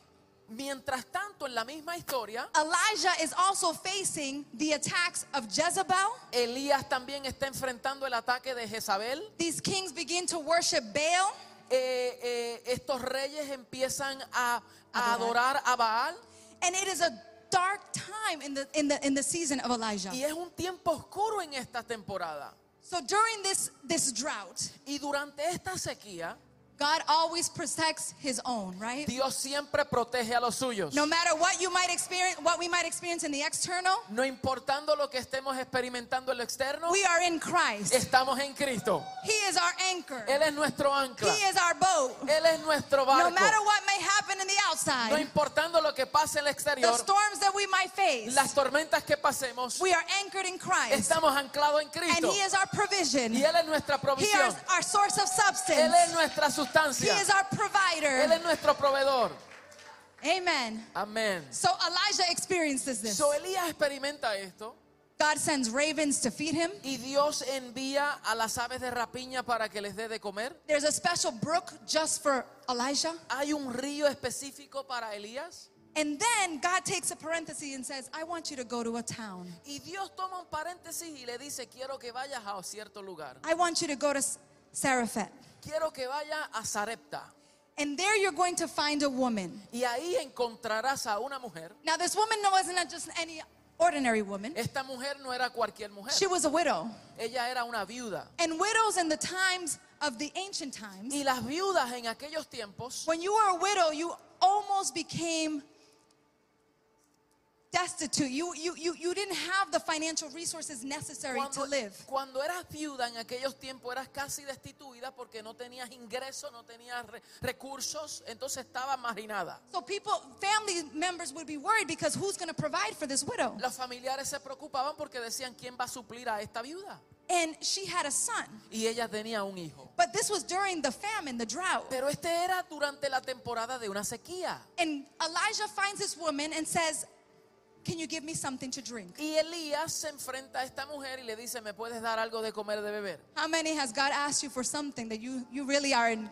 [SPEAKER 2] Mientras tanto, en la misma historia,
[SPEAKER 1] Elijah is also facing the attacks of Jezebel.
[SPEAKER 2] Elías también está enfrentando el ataque de Jezabel.
[SPEAKER 1] These kings begin to worship Baal.
[SPEAKER 2] Eh, eh, estos reyes empiezan a, a
[SPEAKER 1] Adorar.
[SPEAKER 2] adorar a Baal.
[SPEAKER 1] And it is a dark time in the, in the, in the season of Elijah.
[SPEAKER 2] Y es un tiempo oscuro en esta temporada.
[SPEAKER 1] So during this, this drought,
[SPEAKER 2] Y durante esta sequía,
[SPEAKER 1] God always protects his own, right?
[SPEAKER 2] Dios siempre protege a los suyos.
[SPEAKER 1] No matter what you might experience, what we might experience in the external,
[SPEAKER 2] No importando lo que estemos experimentando en lo externo,
[SPEAKER 1] we are in Christ.
[SPEAKER 2] estamos en Cristo.
[SPEAKER 1] He is our anchor.
[SPEAKER 2] Él es nuestro
[SPEAKER 1] He
[SPEAKER 2] ancla.
[SPEAKER 1] is our boat.
[SPEAKER 2] Él es
[SPEAKER 1] No
[SPEAKER 2] nuestro barco.
[SPEAKER 1] matter what may happen in the
[SPEAKER 2] No
[SPEAKER 1] outside,
[SPEAKER 2] importando lo que pase en el
[SPEAKER 1] the
[SPEAKER 2] exterior,
[SPEAKER 1] storms that we might face,
[SPEAKER 2] las tormentas que pasemos,
[SPEAKER 1] we are anchored in Christ.
[SPEAKER 2] estamos anclados en
[SPEAKER 1] And
[SPEAKER 2] Cristo.
[SPEAKER 1] he is our provision.
[SPEAKER 2] Y
[SPEAKER 1] He
[SPEAKER 2] Él es nuestra
[SPEAKER 1] is
[SPEAKER 2] provisión.
[SPEAKER 1] our source of
[SPEAKER 2] Él
[SPEAKER 1] substance.
[SPEAKER 2] es nuestra
[SPEAKER 1] He
[SPEAKER 2] sustancia.
[SPEAKER 1] is our
[SPEAKER 2] Él
[SPEAKER 1] provider.
[SPEAKER 2] es nuestro proveedor.
[SPEAKER 1] Amen.
[SPEAKER 2] Amén.
[SPEAKER 1] So Elijah experiences this.
[SPEAKER 2] So Elías experimenta esto
[SPEAKER 1] God sends ravens to feed him.
[SPEAKER 2] y Dios envía a las aves de rapiña para que les dé de comer.
[SPEAKER 1] There's a special brook just for Elijah.
[SPEAKER 2] Hay un río específico para Elías
[SPEAKER 1] And then God takes a parenthesis and says, I want you to go to a town.
[SPEAKER 2] y Dios toma un paréntesis y le dice, quiero que vayas a cierto lugar.
[SPEAKER 1] I want you to go to S- Sarephat.
[SPEAKER 2] Quiero que vayas a Sarepta.
[SPEAKER 1] And there you're going to find a woman.
[SPEAKER 2] Y ahí encontrarás a una mujer.
[SPEAKER 1] Now, this woman no- wasn't just any ordinary woman,
[SPEAKER 2] Esta mujer no era cualquier mujer.
[SPEAKER 1] she was a widow.
[SPEAKER 2] Ella era una viuda.
[SPEAKER 1] And widows in the times of the ancient times,
[SPEAKER 2] Y las viudas en aquellos tiempos
[SPEAKER 1] When you were a widow, you almost became destitute. You, you, you, you didn't have the financial resources necessary to
[SPEAKER 2] Cuando,
[SPEAKER 1] live.
[SPEAKER 2] cuando eras viuda en aquellos tiempos eras casi destituida porque no tenías ingresos, no tenías re- recursos, entonces estaba marginada.
[SPEAKER 1] So people, family members would be worried because who's going to provide for this widow?
[SPEAKER 2] Los familiares se preocupaban porque decían, ¿quién va a suplir a esta viuda?
[SPEAKER 1] And she had a son.
[SPEAKER 2] Y ella tenía un hijo.
[SPEAKER 1] But this was during the famine, the drought.
[SPEAKER 2] Pero este era durante la temporada de una sequía.
[SPEAKER 1] And Elijah finds this woman and says, Can you give me something to drink?
[SPEAKER 2] Y Elías se enfrenta a esta mujer y le dice, ¿me puedes dar algo de comer, de beber?
[SPEAKER 1] How many has God asked you for something that you, you really are in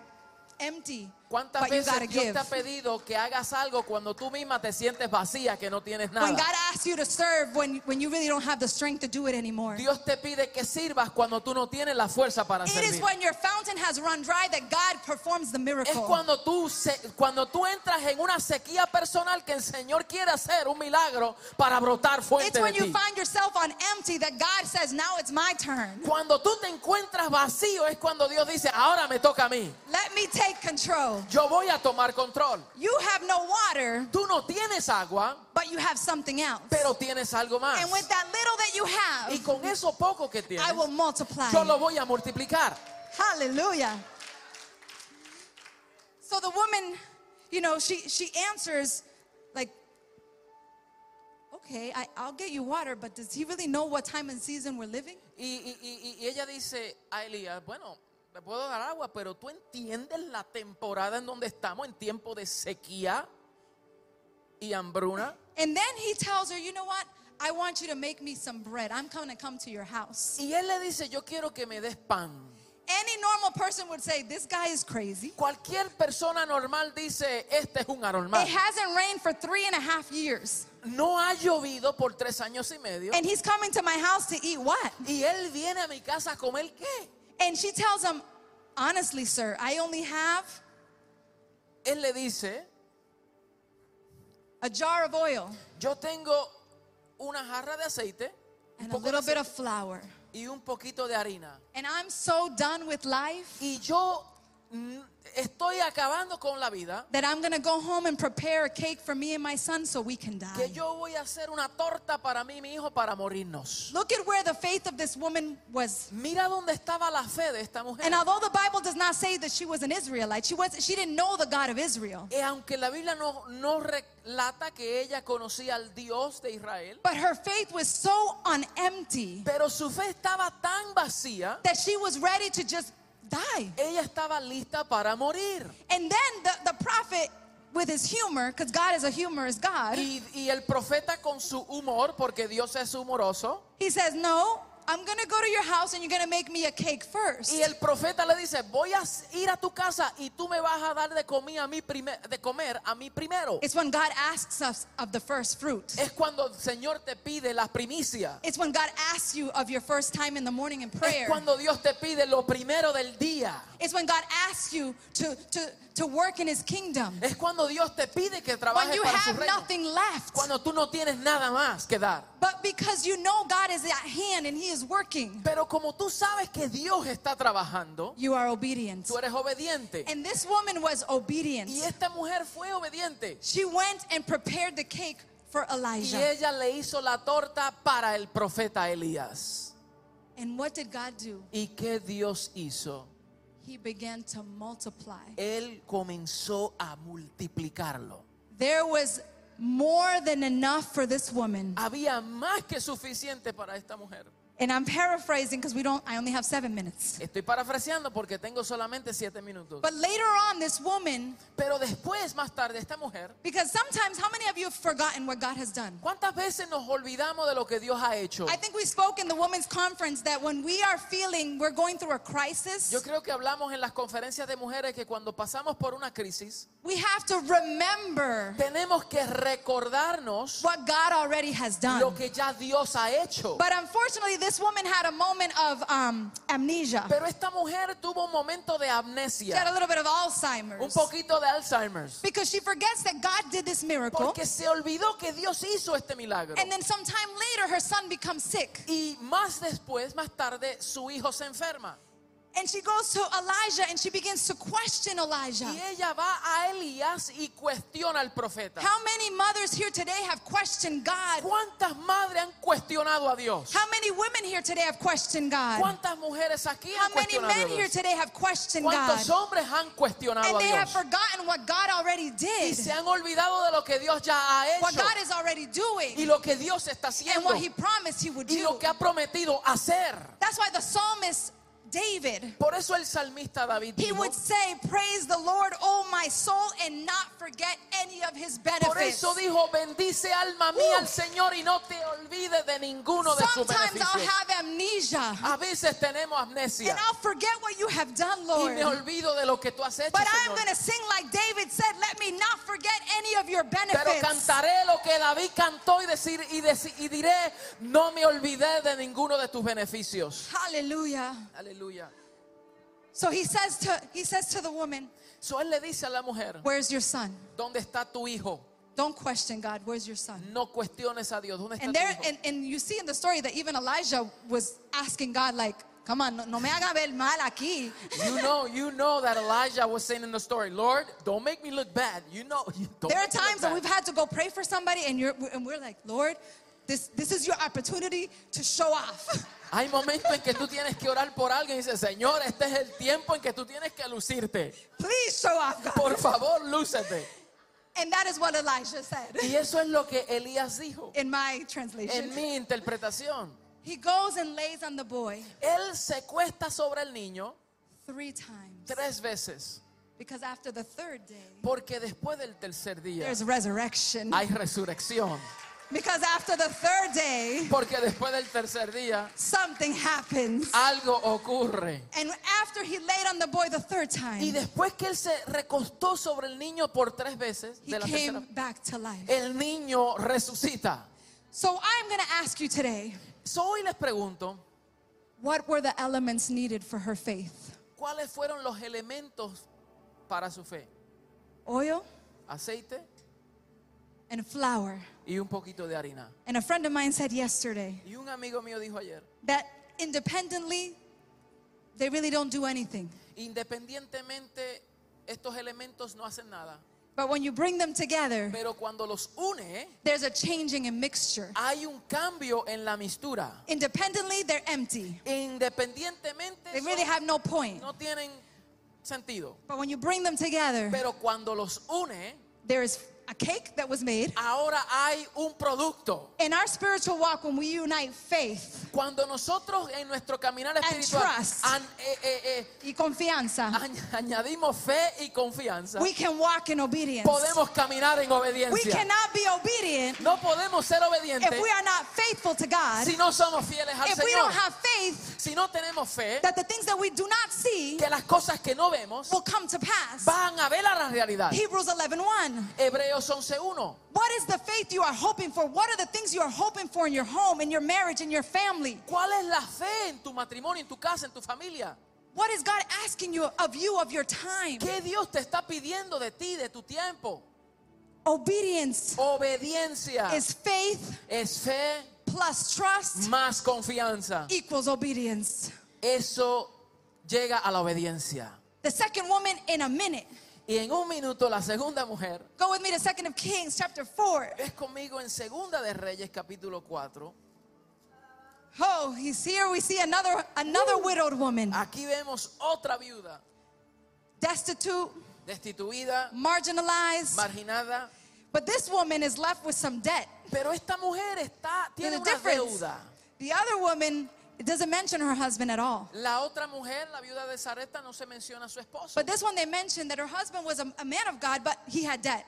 [SPEAKER 1] empty,
[SPEAKER 2] ¿Cuántas
[SPEAKER 1] but you got to
[SPEAKER 2] veces Dios
[SPEAKER 1] give?
[SPEAKER 2] te ha pedido que hagas algo cuando tú misma te sientes vacía, que no tienes
[SPEAKER 1] When
[SPEAKER 2] nada?
[SPEAKER 1] God asks you to serve when, when you really don't have the strength to do it anymore.
[SPEAKER 2] Dios te pide que sirvas cuando tú no tienes la fuerza para
[SPEAKER 1] It is
[SPEAKER 2] servir.
[SPEAKER 1] when your fountain has run dry that God performs the
[SPEAKER 2] Es
[SPEAKER 1] miracle.
[SPEAKER 2] cuando tú, se- cuando tú entras en una sequía personal que el Señor quiere hacer un milagro para brotar
[SPEAKER 1] It's
[SPEAKER 2] fuente de
[SPEAKER 1] when you
[SPEAKER 2] ti.
[SPEAKER 1] find yourself on empty that God says, Now it's my turn.
[SPEAKER 2] Cuando tú te encuentras vacío es cuando Dios dice, ahora me toca a mí.
[SPEAKER 1] Let me take control.
[SPEAKER 2] Yo voy a tomar control.
[SPEAKER 1] You have no water,
[SPEAKER 2] Tú no tienes agua,
[SPEAKER 1] but you have something else.
[SPEAKER 2] pero tienes algo más.
[SPEAKER 1] And with that little that you
[SPEAKER 2] Y
[SPEAKER 1] have,
[SPEAKER 2] con eso poco que
[SPEAKER 1] I
[SPEAKER 2] tienes,
[SPEAKER 1] will multiply.
[SPEAKER 2] yo lo voy a multiplicar.
[SPEAKER 1] Hallelujah. So the woman, you know, she she answers like Okay, I, I'll get you water, but does he really know what time and season we're living?
[SPEAKER 2] Y, y- y- y ella dice a Elías, bueno, le puedo dar agua, pero tú entiendes la temporada en donde estamos, en tiempo de sequía y hambruna.
[SPEAKER 1] And then he tells her, you know what? I want you to make me some bread. I'm going to come to your house.
[SPEAKER 2] Y él le dice, yo quiero que me des pan.
[SPEAKER 1] Any normal person would say, This guy is crazy.
[SPEAKER 2] Cualquier persona normal dice, este es un anormal.
[SPEAKER 1] It hasn't rained for three and a half years.
[SPEAKER 2] No ha llovido por tres años y medio.
[SPEAKER 1] And he's coming to my house to eat what?
[SPEAKER 2] Y él viene a mi casa a comer qué.
[SPEAKER 1] And she tells him, Honestly, sir, I only have
[SPEAKER 2] Él le dice,
[SPEAKER 1] a jar of oil
[SPEAKER 2] yo tengo una jarra de aceite un
[SPEAKER 1] and a
[SPEAKER 2] poco de
[SPEAKER 1] little bit
[SPEAKER 2] aceite
[SPEAKER 1] of flour.
[SPEAKER 2] y un poquito de harina.
[SPEAKER 1] And I'm so done with life
[SPEAKER 2] Y yo mm, estoy acabando con la vida
[SPEAKER 1] that I'm going to go home and prepare a cake for me and my son so we can die.
[SPEAKER 2] que yo voy a hacer una torta para mí y mi hijo para morirnos.
[SPEAKER 1] Look at where the faith of this woman was.
[SPEAKER 2] Mira dónde estaba la fe de esta mujer.
[SPEAKER 1] And although the Bible does not say that she was an Israelite, she was she didn't know the God of Israel.
[SPEAKER 2] Eh, aunque la Biblia no, no relata que ella conocía al Dios de Israel,
[SPEAKER 1] But her faith was so on empty
[SPEAKER 2] pero su fe estaba tan vacía,
[SPEAKER 1] that she was ready to just die.
[SPEAKER 2] ella estaba lista para morir.
[SPEAKER 1] And then the, the prophet with his humor, because God is a humorous God,
[SPEAKER 2] Y, y el profeta con su humor, porque Dios es humoroso,
[SPEAKER 1] he says, No, I'm gonna go to your house and you're gonna make me a cake first.
[SPEAKER 2] y el profeta le dice, voy a ir a tu casa y tú me vas a dar de, comida a mí prime- de comer a mí primero.
[SPEAKER 1] It's when God asks us of the first fruit.
[SPEAKER 2] Es cuando el Señor te pide la primicia.
[SPEAKER 1] It's when God asks you of your first time in the morning in
[SPEAKER 2] Es
[SPEAKER 1] prayer.
[SPEAKER 2] cuando Dios te pide lo primero del día.
[SPEAKER 1] It's when God asks you to, to, to work in his kingdom.
[SPEAKER 2] Es cuando Dios te pide que
[SPEAKER 1] When
[SPEAKER 2] trabajes
[SPEAKER 1] you
[SPEAKER 2] para su
[SPEAKER 1] have
[SPEAKER 2] reino.
[SPEAKER 1] nothing left.
[SPEAKER 2] Cuando tú no tienes nada más que dar.
[SPEAKER 1] But because you know God is at hand and he is working,
[SPEAKER 2] Pero como tú sabes que Dios está trabajando,
[SPEAKER 1] you are obedient.
[SPEAKER 2] tú eres obediente.
[SPEAKER 1] And this woman was obedient.
[SPEAKER 2] Y esta mujer fue obediente.
[SPEAKER 1] She went and prepared the cake for
[SPEAKER 2] Y
[SPEAKER 1] Elijah.
[SPEAKER 2] ella le hizo la torta para el profeta Elías.
[SPEAKER 1] And what did God do?
[SPEAKER 2] ¿Y qué Dios hizo?
[SPEAKER 1] He began to multiply.
[SPEAKER 2] Él comenzó a multiplicarlo.
[SPEAKER 1] There was more than enough for this woman.
[SPEAKER 2] Había más que suficiente para esta mujer.
[SPEAKER 1] And I'm paraphrasing because we don't I only have 7 minutes.
[SPEAKER 2] Estoy parafraseando porque tengo solamente siete minutos.
[SPEAKER 1] But later on this woman
[SPEAKER 2] Pero después, más tarde, esta mujer,
[SPEAKER 1] because sometimes how many of you have forgotten what God has done?
[SPEAKER 2] ¿cuántas veces nos olvidamos de lo que Dios ha hecho?
[SPEAKER 1] I think we spoke in the women's conference that when we are feeling we're going through a crisis,
[SPEAKER 2] Yo creo que hablamos en las conferencias de mujeres que cuando pasamos por una crisis,
[SPEAKER 1] we have to remember
[SPEAKER 2] tenemos que recordarnos
[SPEAKER 1] what God already has
[SPEAKER 2] lo
[SPEAKER 1] done.
[SPEAKER 2] que ya Dios ha hecho.
[SPEAKER 1] But unfortunately, this woman had a moment of um, amnesia.
[SPEAKER 2] Pero esta mujer tuvo un momento de
[SPEAKER 1] She had a
[SPEAKER 2] amnesia,
[SPEAKER 1] little bit of
[SPEAKER 2] un
[SPEAKER 1] Alzheimer's
[SPEAKER 2] poquito de Alzheimer's,
[SPEAKER 1] because she forgets that God did this miracle.
[SPEAKER 2] porque se olvidó que Dios hizo este milagro.
[SPEAKER 1] And then sometime later, her son becomes sick.
[SPEAKER 2] Y más después, más tarde, su hijo se enferma.
[SPEAKER 1] And she goes to Elijah and she begins to question Elijah.
[SPEAKER 2] Y ella va a Elías y cuestiona al profeta.
[SPEAKER 1] How many mothers here today have questioned God?
[SPEAKER 2] ¿Cuántas madres han cuestionado a Dios?
[SPEAKER 1] How many women here today have questioned God?
[SPEAKER 2] ¿Cuántas mujeres aquí
[SPEAKER 1] How
[SPEAKER 2] han
[SPEAKER 1] many
[SPEAKER 2] cuestionado a
[SPEAKER 1] men here
[SPEAKER 2] Dios?
[SPEAKER 1] today have questioned God?
[SPEAKER 2] ¿Cuántos hombres han cuestionado
[SPEAKER 1] And
[SPEAKER 2] a
[SPEAKER 1] they have
[SPEAKER 2] Dios?
[SPEAKER 1] forgotten what God already
[SPEAKER 2] Y
[SPEAKER 1] did,
[SPEAKER 2] se han olvidado de lo que Dios ya ha
[SPEAKER 1] what
[SPEAKER 2] hecho
[SPEAKER 1] God is already
[SPEAKER 2] y
[SPEAKER 1] doing,
[SPEAKER 2] lo que Dios está
[SPEAKER 1] and
[SPEAKER 2] haciendo
[SPEAKER 1] what He promised He would
[SPEAKER 2] y
[SPEAKER 1] do.
[SPEAKER 2] lo que ha prometido hacer.
[SPEAKER 1] That's why the psalmist David,
[SPEAKER 2] Por eso el salmista David
[SPEAKER 1] he
[SPEAKER 2] dijo,
[SPEAKER 1] would say, Praise the Lord, O my soul, and not forget any of His
[SPEAKER 2] por
[SPEAKER 1] benefits.
[SPEAKER 2] eso dijo, bendice alma mía
[SPEAKER 1] Woo.
[SPEAKER 2] al Señor y no te olvides de ninguno de sus
[SPEAKER 1] Sometimes I'll
[SPEAKER 2] beneficios.
[SPEAKER 1] have amnesia
[SPEAKER 2] A veces tenemos
[SPEAKER 1] and
[SPEAKER 2] amnesia
[SPEAKER 1] I'll forget what you have done,
[SPEAKER 2] y
[SPEAKER 1] Lord.
[SPEAKER 2] me olvido de lo que tú has hecho,
[SPEAKER 1] But I'm
[SPEAKER 2] Señor.
[SPEAKER 1] going to sing like David said, Let me not forget any of your
[SPEAKER 2] Pero
[SPEAKER 1] benefits.
[SPEAKER 2] cantaré lo que David cantó y decir y, deci- y diré, no me olvidé de ninguno de tus beneficios.
[SPEAKER 1] Hallelujah.
[SPEAKER 2] Aleluya.
[SPEAKER 1] So he says to he says to the woman,
[SPEAKER 2] So él le dice a la mujer,
[SPEAKER 1] Where's your son?
[SPEAKER 2] ¿dónde está tu hijo?
[SPEAKER 1] Don't question God. Where's your son?
[SPEAKER 2] No cuestiones a Dios. ¿Dónde está
[SPEAKER 1] And
[SPEAKER 2] tu
[SPEAKER 1] there,
[SPEAKER 2] hijo?
[SPEAKER 1] and, and you see in the story that even Elijah was asking God, like, "Come on, no, no me haga ver mal aquí."
[SPEAKER 2] You know, you know that Elijah was saying in the story, Lord, don't make me look bad. You know, you don't
[SPEAKER 1] There are
[SPEAKER 2] make me look
[SPEAKER 1] times that
[SPEAKER 2] bad."
[SPEAKER 1] we've had to go pray for somebody, and you're, and we're like, "Lord, this this is your opportunity to show off."
[SPEAKER 2] Hay momentos en que tú tienes que orar por alguien y dices, Señor, este es el tiempo en que tú tienes que lucirte.
[SPEAKER 1] Please show off, God.
[SPEAKER 2] Por favor, lúcete.
[SPEAKER 1] And that is what Elijah said
[SPEAKER 2] Y eso es lo que Elías dijo
[SPEAKER 1] in my
[SPEAKER 2] en
[SPEAKER 1] translation.
[SPEAKER 2] mi interpretación.
[SPEAKER 1] He goes and lays on the boy
[SPEAKER 2] Él se cuesta sobre el niño
[SPEAKER 1] three times
[SPEAKER 2] tres veces,
[SPEAKER 1] because after the third day,
[SPEAKER 2] porque después del tercer día
[SPEAKER 1] there's resurrection.
[SPEAKER 2] hay resurrección.
[SPEAKER 1] Because after the third day,
[SPEAKER 2] Porque después del tercer día,
[SPEAKER 1] something happens.
[SPEAKER 2] algo ocurre.
[SPEAKER 1] And after he laid on the boy the third
[SPEAKER 2] Y
[SPEAKER 1] time,
[SPEAKER 2] después que él se recostó sobre el niño por tres veces,
[SPEAKER 1] he
[SPEAKER 2] de la
[SPEAKER 1] came
[SPEAKER 2] tercera, Eh.
[SPEAKER 1] back to life.
[SPEAKER 2] el niño resucita.
[SPEAKER 1] So I'm going to ask you today
[SPEAKER 2] So, hoy les pregunto,
[SPEAKER 1] what were the elements needed for her faith?
[SPEAKER 2] ¿cuáles fueron los elementos para su fe?
[SPEAKER 1] Oil
[SPEAKER 2] Aceite
[SPEAKER 1] and flour.
[SPEAKER 2] y un poquito de harina.
[SPEAKER 1] And a friend of mine said yesterday
[SPEAKER 2] Y un amigo mío dijo ayer,
[SPEAKER 1] that independently, they really don't do anything.
[SPEAKER 2] independientemente estos elementos no hacen nada,
[SPEAKER 1] But when you bring them together,
[SPEAKER 2] pero cuando los une,
[SPEAKER 1] there's a changing and mixture.
[SPEAKER 2] hay un cambio en la mistura.
[SPEAKER 1] Independently, they're empty.
[SPEAKER 2] Independientemente
[SPEAKER 1] They
[SPEAKER 2] son-
[SPEAKER 1] really have no point.
[SPEAKER 2] no tienen sentido,
[SPEAKER 1] But when you bring them together,
[SPEAKER 2] pero cuando los une,
[SPEAKER 1] there is a cake that was made.
[SPEAKER 2] ahora hay un producto.
[SPEAKER 1] In our spiritual walk, when we unite faith
[SPEAKER 2] Cuando nosotros en nuestro caminar
[SPEAKER 1] And
[SPEAKER 2] espiritual
[SPEAKER 1] trust.
[SPEAKER 2] an- eh, eh, eh,
[SPEAKER 1] y confianza,
[SPEAKER 2] añ- añadimos fe y confianza,
[SPEAKER 1] we can walk in obedience.
[SPEAKER 2] podemos caminar en
[SPEAKER 1] We
[SPEAKER 2] obediencia.
[SPEAKER 1] cannot be obedient
[SPEAKER 2] No podemos ser obedientes
[SPEAKER 1] if we are not faithful to God,
[SPEAKER 2] si no somos fieles al
[SPEAKER 1] if we don't
[SPEAKER 2] Señor.
[SPEAKER 1] have faith
[SPEAKER 2] Si no tenemos fe,
[SPEAKER 1] that the things that we do not see
[SPEAKER 2] que las cosas que no vemos
[SPEAKER 1] will come to pass.
[SPEAKER 2] van a ver a la realidad.
[SPEAKER 1] Hebrews 11:1.
[SPEAKER 2] Hebreos 11.1.
[SPEAKER 1] What is the faith you are hoping for? What are the things you are hoping for in your home, in your marriage, in your family?
[SPEAKER 2] ¿Cuál es la fe en tu matrimonio, en tu casa, en tu familia?
[SPEAKER 1] What is God asking you of you of your time?
[SPEAKER 2] ¿Qué Dios te está pidiendo de ti, de tu tiempo?
[SPEAKER 1] Obedience
[SPEAKER 2] Obediencia
[SPEAKER 1] is faith
[SPEAKER 2] es fe
[SPEAKER 1] plus trust
[SPEAKER 2] más confianza.
[SPEAKER 1] equals obedience.
[SPEAKER 2] Eso llega a la obediencia.
[SPEAKER 1] The second woman in a minute.
[SPEAKER 2] Y en un minuto la segunda mujer,
[SPEAKER 1] Go with me to Second of Kings chapter 4.
[SPEAKER 2] ves conmigo en Segunda de Reyes capítulo 4.
[SPEAKER 1] Oh, he's here. We see another another widowed woman,
[SPEAKER 2] Aquí vemos otra viuda,
[SPEAKER 1] destitute,
[SPEAKER 2] destituida,
[SPEAKER 1] marginalized.
[SPEAKER 2] marginada,
[SPEAKER 1] But this woman is left with some debt.
[SPEAKER 2] pero esta mujer está tiene
[SPEAKER 1] There's a
[SPEAKER 2] una
[SPEAKER 1] difference.
[SPEAKER 2] deuda.
[SPEAKER 1] The other woman it doesn't mention her husband at all.
[SPEAKER 2] La otra mujer, la viuda de Zareta, no se menciona a su esposo.
[SPEAKER 1] But this one they mentioned that her husband was a, a man of God, but he had debt.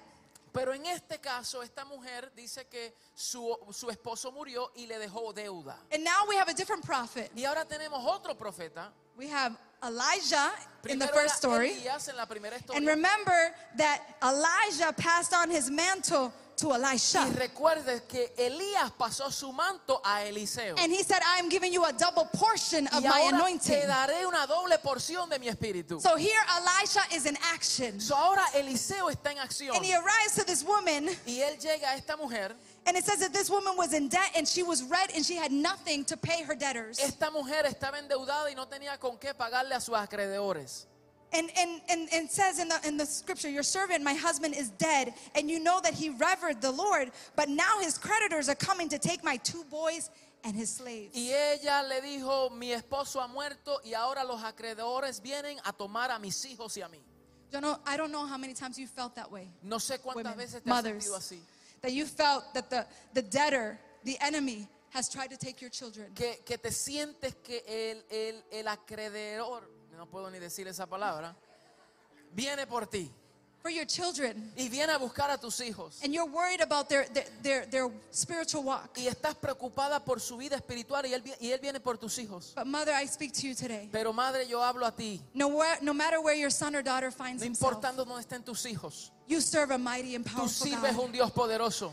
[SPEAKER 2] Pero en este caso, esta mujer dice que su, su esposo murió y le dejó deuda.
[SPEAKER 1] And now we have a different prophet.
[SPEAKER 2] Y ahora tenemos otro profeta.
[SPEAKER 1] We have Elijah in the
[SPEAKER 2] Primero
[SPEAKER 1] first
[SPEAKER 2] era
[SPEAKER 1] story.
[SPEAKER 2] Elías en la primera
[SPEAKER 1] And
[SPEAKER 2] historia.
[SPEAKER 1] remember that Elijah passed on his mantle to
[SPEAKER 2] Y
[SPEAKER 1] Elisha.
[SPEAKER 2] recuerde que Elías pasó su manto a Eliseo.
[SPEAKER 1] And he said, I am giving you a double portion of
[SPEAKER 2] Y
[SPEAKER 1] my
[SPEAKER 2] ahora
[SPEAKER 1] anointing.
[SPEAKER 2] te daré una doble porción de mi espíritu.
[SPEAKER 1] So here Elisha is in action.
[SPEAKER 2] So ahora Eliseo está en acción.
[SPEAKER 1] And he arrives to this woman,
[SPEAKER 2] Y él llega a esta mujer.
[SPEAKER 1] and it says that this woman was in debt and she was red and she had nothing to pay her debtors.
[SPEAKER 2] Esta mujer estaba endeudada y no tenía con qué pagarle a sus acreedores.
[SPEAKER 1] And and and, and says in the in the scripture, your servant, my husband, is dead, and you know that he revered the Lord, but now his creditors are coming to take my two boys and his slaves.
[SPEAKER 2] Y ella le dijo, mi esposo ha muerto y ahora los acreedores vienen a tomar a mis hijos y a mí.
[SPEAKER 1] You know, I don't know how many times you felt that way.
[SPEAKER 2] No sé cuántas
[SPEAKER 1] women,
[SPEAKER 2] veces te has
[SPEAKER 1] mothers,
[SPEAKER 2] sentido así.
[SPEAKER 1] that you felt that the, the debtor, the enemy, has tried to take your children.
[SPEAKER 2] Que, que te sientes que el, el, el acreedor, no puedo ni decir esa palabra, viene por ti
[SPEAKER 1] For your children.
[SPEAKER 2] y viene a buscar a tus hijos.
[SPEAKER 1] And you're worried about their, their, their, their spiritual walk.
[SPEAKER 2] Y estás preocupada por su vida espiritual y él, vi- y él viene por tus hijos.
[SPEAKER 1] But mother, I speak to you today.
[SPEAKER 2] Pero madre, yo hablo a ti.
[SPEAKER 1] No, where- no matter where your son or daughter finds
[SPEAKER 2] No
[SPEAKER 1] himself,
[SPEAKER 2] importando dónde estén tus hijos,
[SPEAKER 1] you serve a mighty and
[SPEAKER 2] tú
[SPEAKER 1] powerful
[SPEAKER 2] sirves
[SPEAKER 1] God.
[SPEAKER 2] un Dios poderoso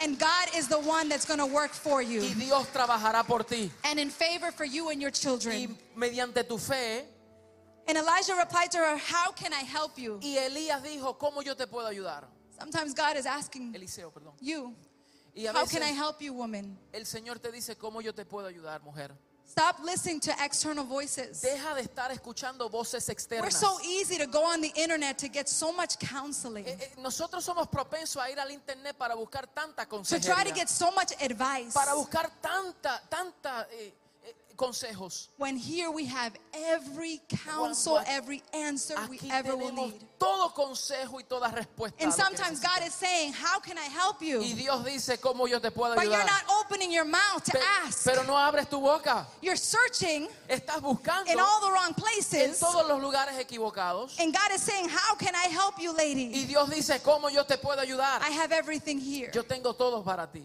[SPEAKER 1] And God is the one that's going to work for you
[SPEAKER 2] y Dios trabajará por ti.
[SPEAKER 1] and in favor for you and your
[SPEAKER 2] Y
[SPEAKER 1] children.
[SPEAKER 2] mediante tu fe,
[SPEAKER 1] And Elijah replied to her, How can I help you?
[SPEAKER 2] Y Elías dijo, ¿cómo yo te puedo ayudar?
[SPEAKER 1] Sometimes God is asking
[SPEAKER 2] Eliseo, perdón.
[SPEAKER 1] you,
[SPEAKER 2] Y a
[SPEAKER 1] How can I
[SPEAKER 2] veces
[SPEAKER 1] help you, woman?
[SPEAKER 2] el Señor te dice, ¿cómo yo te puedo ayudar, mujer?
[SPEAKER 1] Stop listening to external voices.
[SPEAKER 2] Deja de estar escuchando voces
[SPEAKER 1] We're
[SPEAKER 2] externas.
[SPEAKER 1] so easy to go on the internet to get so much counseling,
[SPEAKER 2] Eh, eh, nosotros somos propensos a ir al internet para buscar tanta
[SPEAKER 1] to try to
[SPEAKER 2] consejería,
[SPEAKER 1] get so much advice.
[SPEAKER 2] para buscar tanta, tanta eh, eh, consejos.
[SPEAKER 1] When here we have every counsel,
[SPEAKER 2] Cuando aquí-
[SPEAKER 1] every answer we
[SPEAKER 2] Aquí
[SPEAKER 1] ever will
[SPEAKER 2] tenemos
[SPEAKER 1] need.
[SPEAKER 2] todo consejo y toda respuesta.
[SPEAKER 1] And
[SPEAKER 2] a lo que
[SPEAKER 1] sometimes God is saying, How can I help you?
[SPEAKER 2] Y Dios dice cómo yo te puedo
[SPEAKER 1] But you're
[SPEAKER 2] ayudar.
[SPEAKER 1] not opening your mouth to
[SPEAKER 2] Pe-
[SPEAKER 1] ask.
[SPEAKER 2] pero no abres tu boca.
[SPEAKER 1] You're searching
[SPEAKER 2] Estás buscando
[SPEAKER 1] in all the wrong
[SPEAKER 2] en
[SPEAKER 1] places.
[SPEAKER 2] todos los lugares equivocados.
[SPEAKER 1] And God is saying, How can I help you,
[SPEAKER 2] Y
[SPEAKER 1] lady?
[SPEAKER 2] Dios dice cómo yo te puedo ayudar.
[SPEAKER 1] I have everything here.
[SPEAKER 2] Yo tengo todos para ti.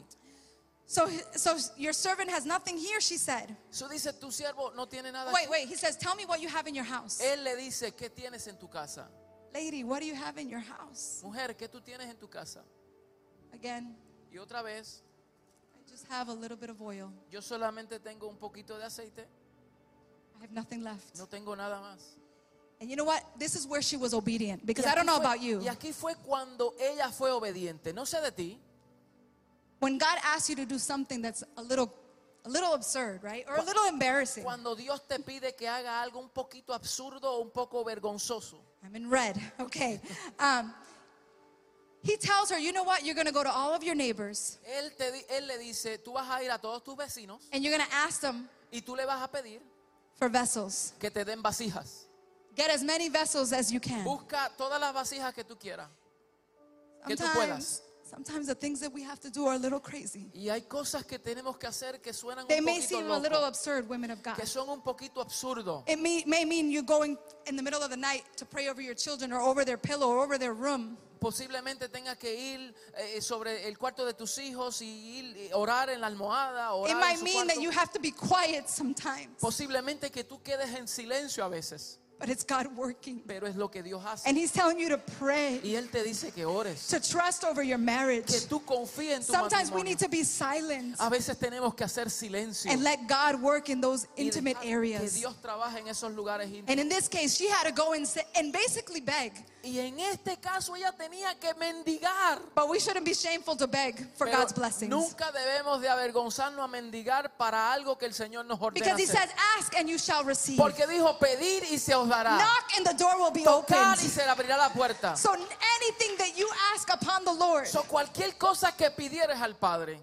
[SPEAKER 1] So, so your servant has nothing here, she said.
[SPEAKER 2] Eso dice tu siervo no tiene nada.
[SPEAKER 1] Wait,
[SPEAKER 2] aquí".
[SPEAKER 1] wait. He says, Tell me what you have in your house.
[SPEAKER 2] Él le dice qué tienes en tu casa,
[SPEAKER 1] Lady, what do you have in your house?
[SPEAKER 2] mujer, qué tú tienes en tu casa.
[SPEAKER 1] Again,
[SPEAKER 2] Y otra vez,
[SPEAKER 1] I just have a little bit of oil.
[SPEAKER 2] yo solamente tengo un poquito de aceite,
[SPEAKER 1] I have nothing left.
[SPEAKER 2] no tengo nada más.
[SPEAKER 1] And you know what? This is where she was obedient because
[SPEAKER 2] Y
[SPEAKER 1] I don't
[SPEAKER 2] aquí
[SPEAKER 1] know
[SPEAKER 2] fue-
[SPEAKER 1] about you.
[SPEAKER 2] Y aquí fue cuando ella fue obediente. No sé de ti.
[SPEAKER 1] When God asks you to do something that's a little a little absurd, right? Or a
[SPEAKER 2] Cu-
[SPEAKER 1] little embarrassing.
[SPEAKER 2] Cuando Dios te pide que haga algo un poquito absurdo o un poco vergonzoso.
[SPEAKER 1] I'm in red. Okay. Um, he tells her, "You know what? You're going to go to all of your neighbors
[SPEAKER 2] Él, te, di- él le dice, tú vas a ir a todos tus vecinos
[SPEAKER 1] and you're going to ask them
[SPEAKER 2] y tú le vas a pedir
[SPEAKER 1] for vessels.
[SPEAKER 2] que te den vasijas.
[SPEAKER 1] Get as many vessels as you can."
[SPEAKER 2] Busca todas las vasijas que tú quieras. que tú
[SPEAKER 1] Sometimes,
[SPEAKER 2] puedas.
[SPEAKER 1] sometimes the things that we have to do are a little crazy.
[SPEAKER 2] Y hay cosas que tenemos que hacer que suenan
[SPEAKER 1] They
[SPEAKER 2] un
[SPEAKER 1] may
[SPEAKER 2] poquito
[SPEAKER 1] seem a little
[SPEAKER 2] loco,
[SPEAKER 1] absurd, women of God.
[SPEAKER 2] que son un poquito absurdos.
[SPEAKER 1] It may, may mean you going in the middle of the night to pray over your children or over their pillow or over their room.
[SPEAKER 2] Posiblemente tengas que ir eh, sobre el cuarto de tus hijos y ir, eh, orar en la almohada,
[SPEAKER 1] It
[SPEAKER 2] orar en
[SPEAKER 1] might
[SPEAKER 2] su
[SPEAKER 1] mean that
[SPEAKER 2] cuarto.
[SPEAKER 1] you have to be quiet sometimes,
[SPEAKER 2] Posiblemente que tú quedes en silencio a veces,
[SPEAKER 1] but it's God working.
[SPEAKER 2] pero es lo que Dios hace.
[SPEAKER 1] And He's telling you to pray,
[SPEAKER 2] y Él te dice que ores,
[SPEAKER 1] to trust over your marriage.
[SPEAKER 2] que tú confíes en tu
[SPEAKER 1] Sometimes we
[SPEAKER 2] matrimonio. Ah,
[SPEAKER 1] need to be silent
[SPEAKER 2] a veces tenemos que hacer silencio
[SPEAKER 1] and let God work in those
[SPEAKER 2] y
[SPEAKER 1] intimate
[SPEAKER 2] dejar que
[SPEAKER 1] areas.
[SPEAKER 2] Dios trabaje en esos lugares íntimos.
[SPEAKER 1] And in this case, she had to go and, sit and basically beg.
[SPEAKER 2] Y en este caso ella tenía que mendigar.
[SPEAKER 1] But we shouldn't be shameful to beg for
[SPEAKER 2] Pero
[SPEAKER 1] God's blessings.
[SPEAKER 2] Nunca debemos de avergonzarnos a mendigar para algo que el Señor nos ordena.
[SPEAKER 1] Because He
[SPEAKER 2] hacer.
[SPEAKER 1] says, ask and you shall receive.
[SPEAKER 2] Porque dijo pedir y se os dará.
[SPEAKER 1] Knock and the door will be
[SPEAKER 2] Tocar y
[SPEAKER 1] opened.
[SPEAKER 2] se le abrirá la puerta.
[SPEAKER 1] So anything that you ask upon the Lord
[SPEAKER 2] So, cualquier cosa que pidieres al Padre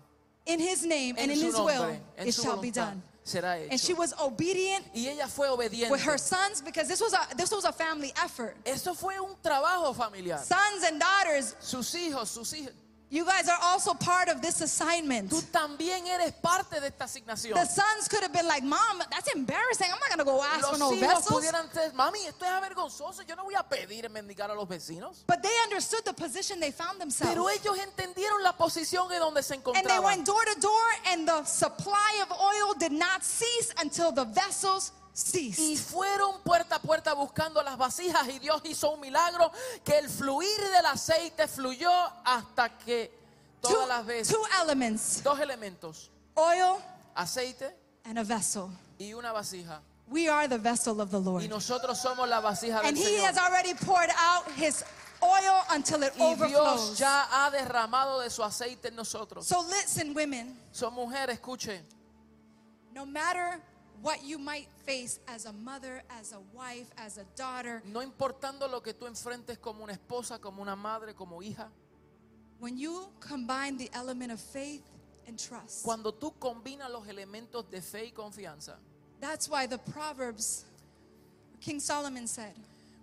[SPEAKER 1] in His name
[SPEAKER 2] en
[SPEAKER 1] and in
[SPEAKER 2] su
[SPEAKER 1] His
[SPEAKER 2] nombre,
[SPEAKER 1] will,
[SPEAKER 2] en
[SPEAKER 1] it
[SPEAKER 2] su
[SPEAKER 1] shall be
[SPEAKER 2] voluntad,
[SPEAKER 1] done.
[SPEAKER 2] será
[SPEAKER 1] And she
[SPEAKER 2] hecho.
[SPEAKER 1] was obedient
[SPEAKER 2] Y ella fue obediente.
[SPEAKER 1] with her sons because this was a this was a family effort.
[SPEAKER 2] Eso fue un trabajo familiar.
[SPEAKER 1] Sons and daughters,
[SPEAKER 2] Sus hijos, sus hijas.
[SPEAKER 1] you guys are also part of this assignment.
[SPEAKER 2] Tú también eres parte de esta asignación.
[SPEAKER 1] The sons could have been like, "Mom, that's embarrassing. I'm not gonna go ask for
[SPEAKER 2] Los
[SPEAKER 1] no
[SPEAKER 2] hijos
[SPEAKER 1] vessels."
[SPEAKER 2] pudieran ser, mami, esto es avergonzoso. Yo no voy a pedir mendigar a los vecinos.
[SPEAKER 1] But they understood the position they found
[SPEAKER 2] Pero
[SPEAKER 1] themselves,
[SPEAKER 2] ellos entendieron la posición en donde se
[SPEAKER 1] and they
[SPEAKER 2] encontraban.
[SPEAKER 1] went door to door, and the supply of oil did not cease until the vessels
[SPEAKER 2] Y
[SPEAKER 1] ceased.
[SPEAKER 2] fueron puerta a puerta buscando las vasijas y Dios hizo un milagro que el fluir del aceite fluyó hasta que
[SPEAKER 1] Two,
[SPEAKER 2] todas las veces
[SPEAKER 1] two elements:
[SPEAKER 2] dos elementos,
[SPEAKER 1] oil
[SPEAKER 2] aceite
[SPEAKER 1] and a vessel.
[SPEAKER 2] y una vasija.
[SPEAKER 1] We are the vessel of the
[SPEAKER 2] Y
[SPEAKER 1] Lord.
[SPEAKER 2] nosotros somos la vasija del
[SPEAKER 1] And he has
[SPEAKER 2] Señor.
[SPEAKER 1] already poured out his oil until it
[SPEAKER 2] Y Dios
[SPEAKER 1] overflows.
[SPEAKER 2] ya ha derramado de su aceite en nosotros.
[SPEAKER 1] So listen, women,
[SPEAKER 2] Son mujeres, escuchen.
[SPEAKER 1] no matter what you might face as a mother, as a wife, as a daughter,
[SPEAKER 2] No importando lo que tú enfrentes como una esposa, como una madre, como hija,
[SPEAKER 1] when you combine the element of faith and trust,
[SPEAKER 2] cuando tú combinas los elementos de fe y confianza,
[SPEAKER 1] that's why the Proverbs, King Solomon said,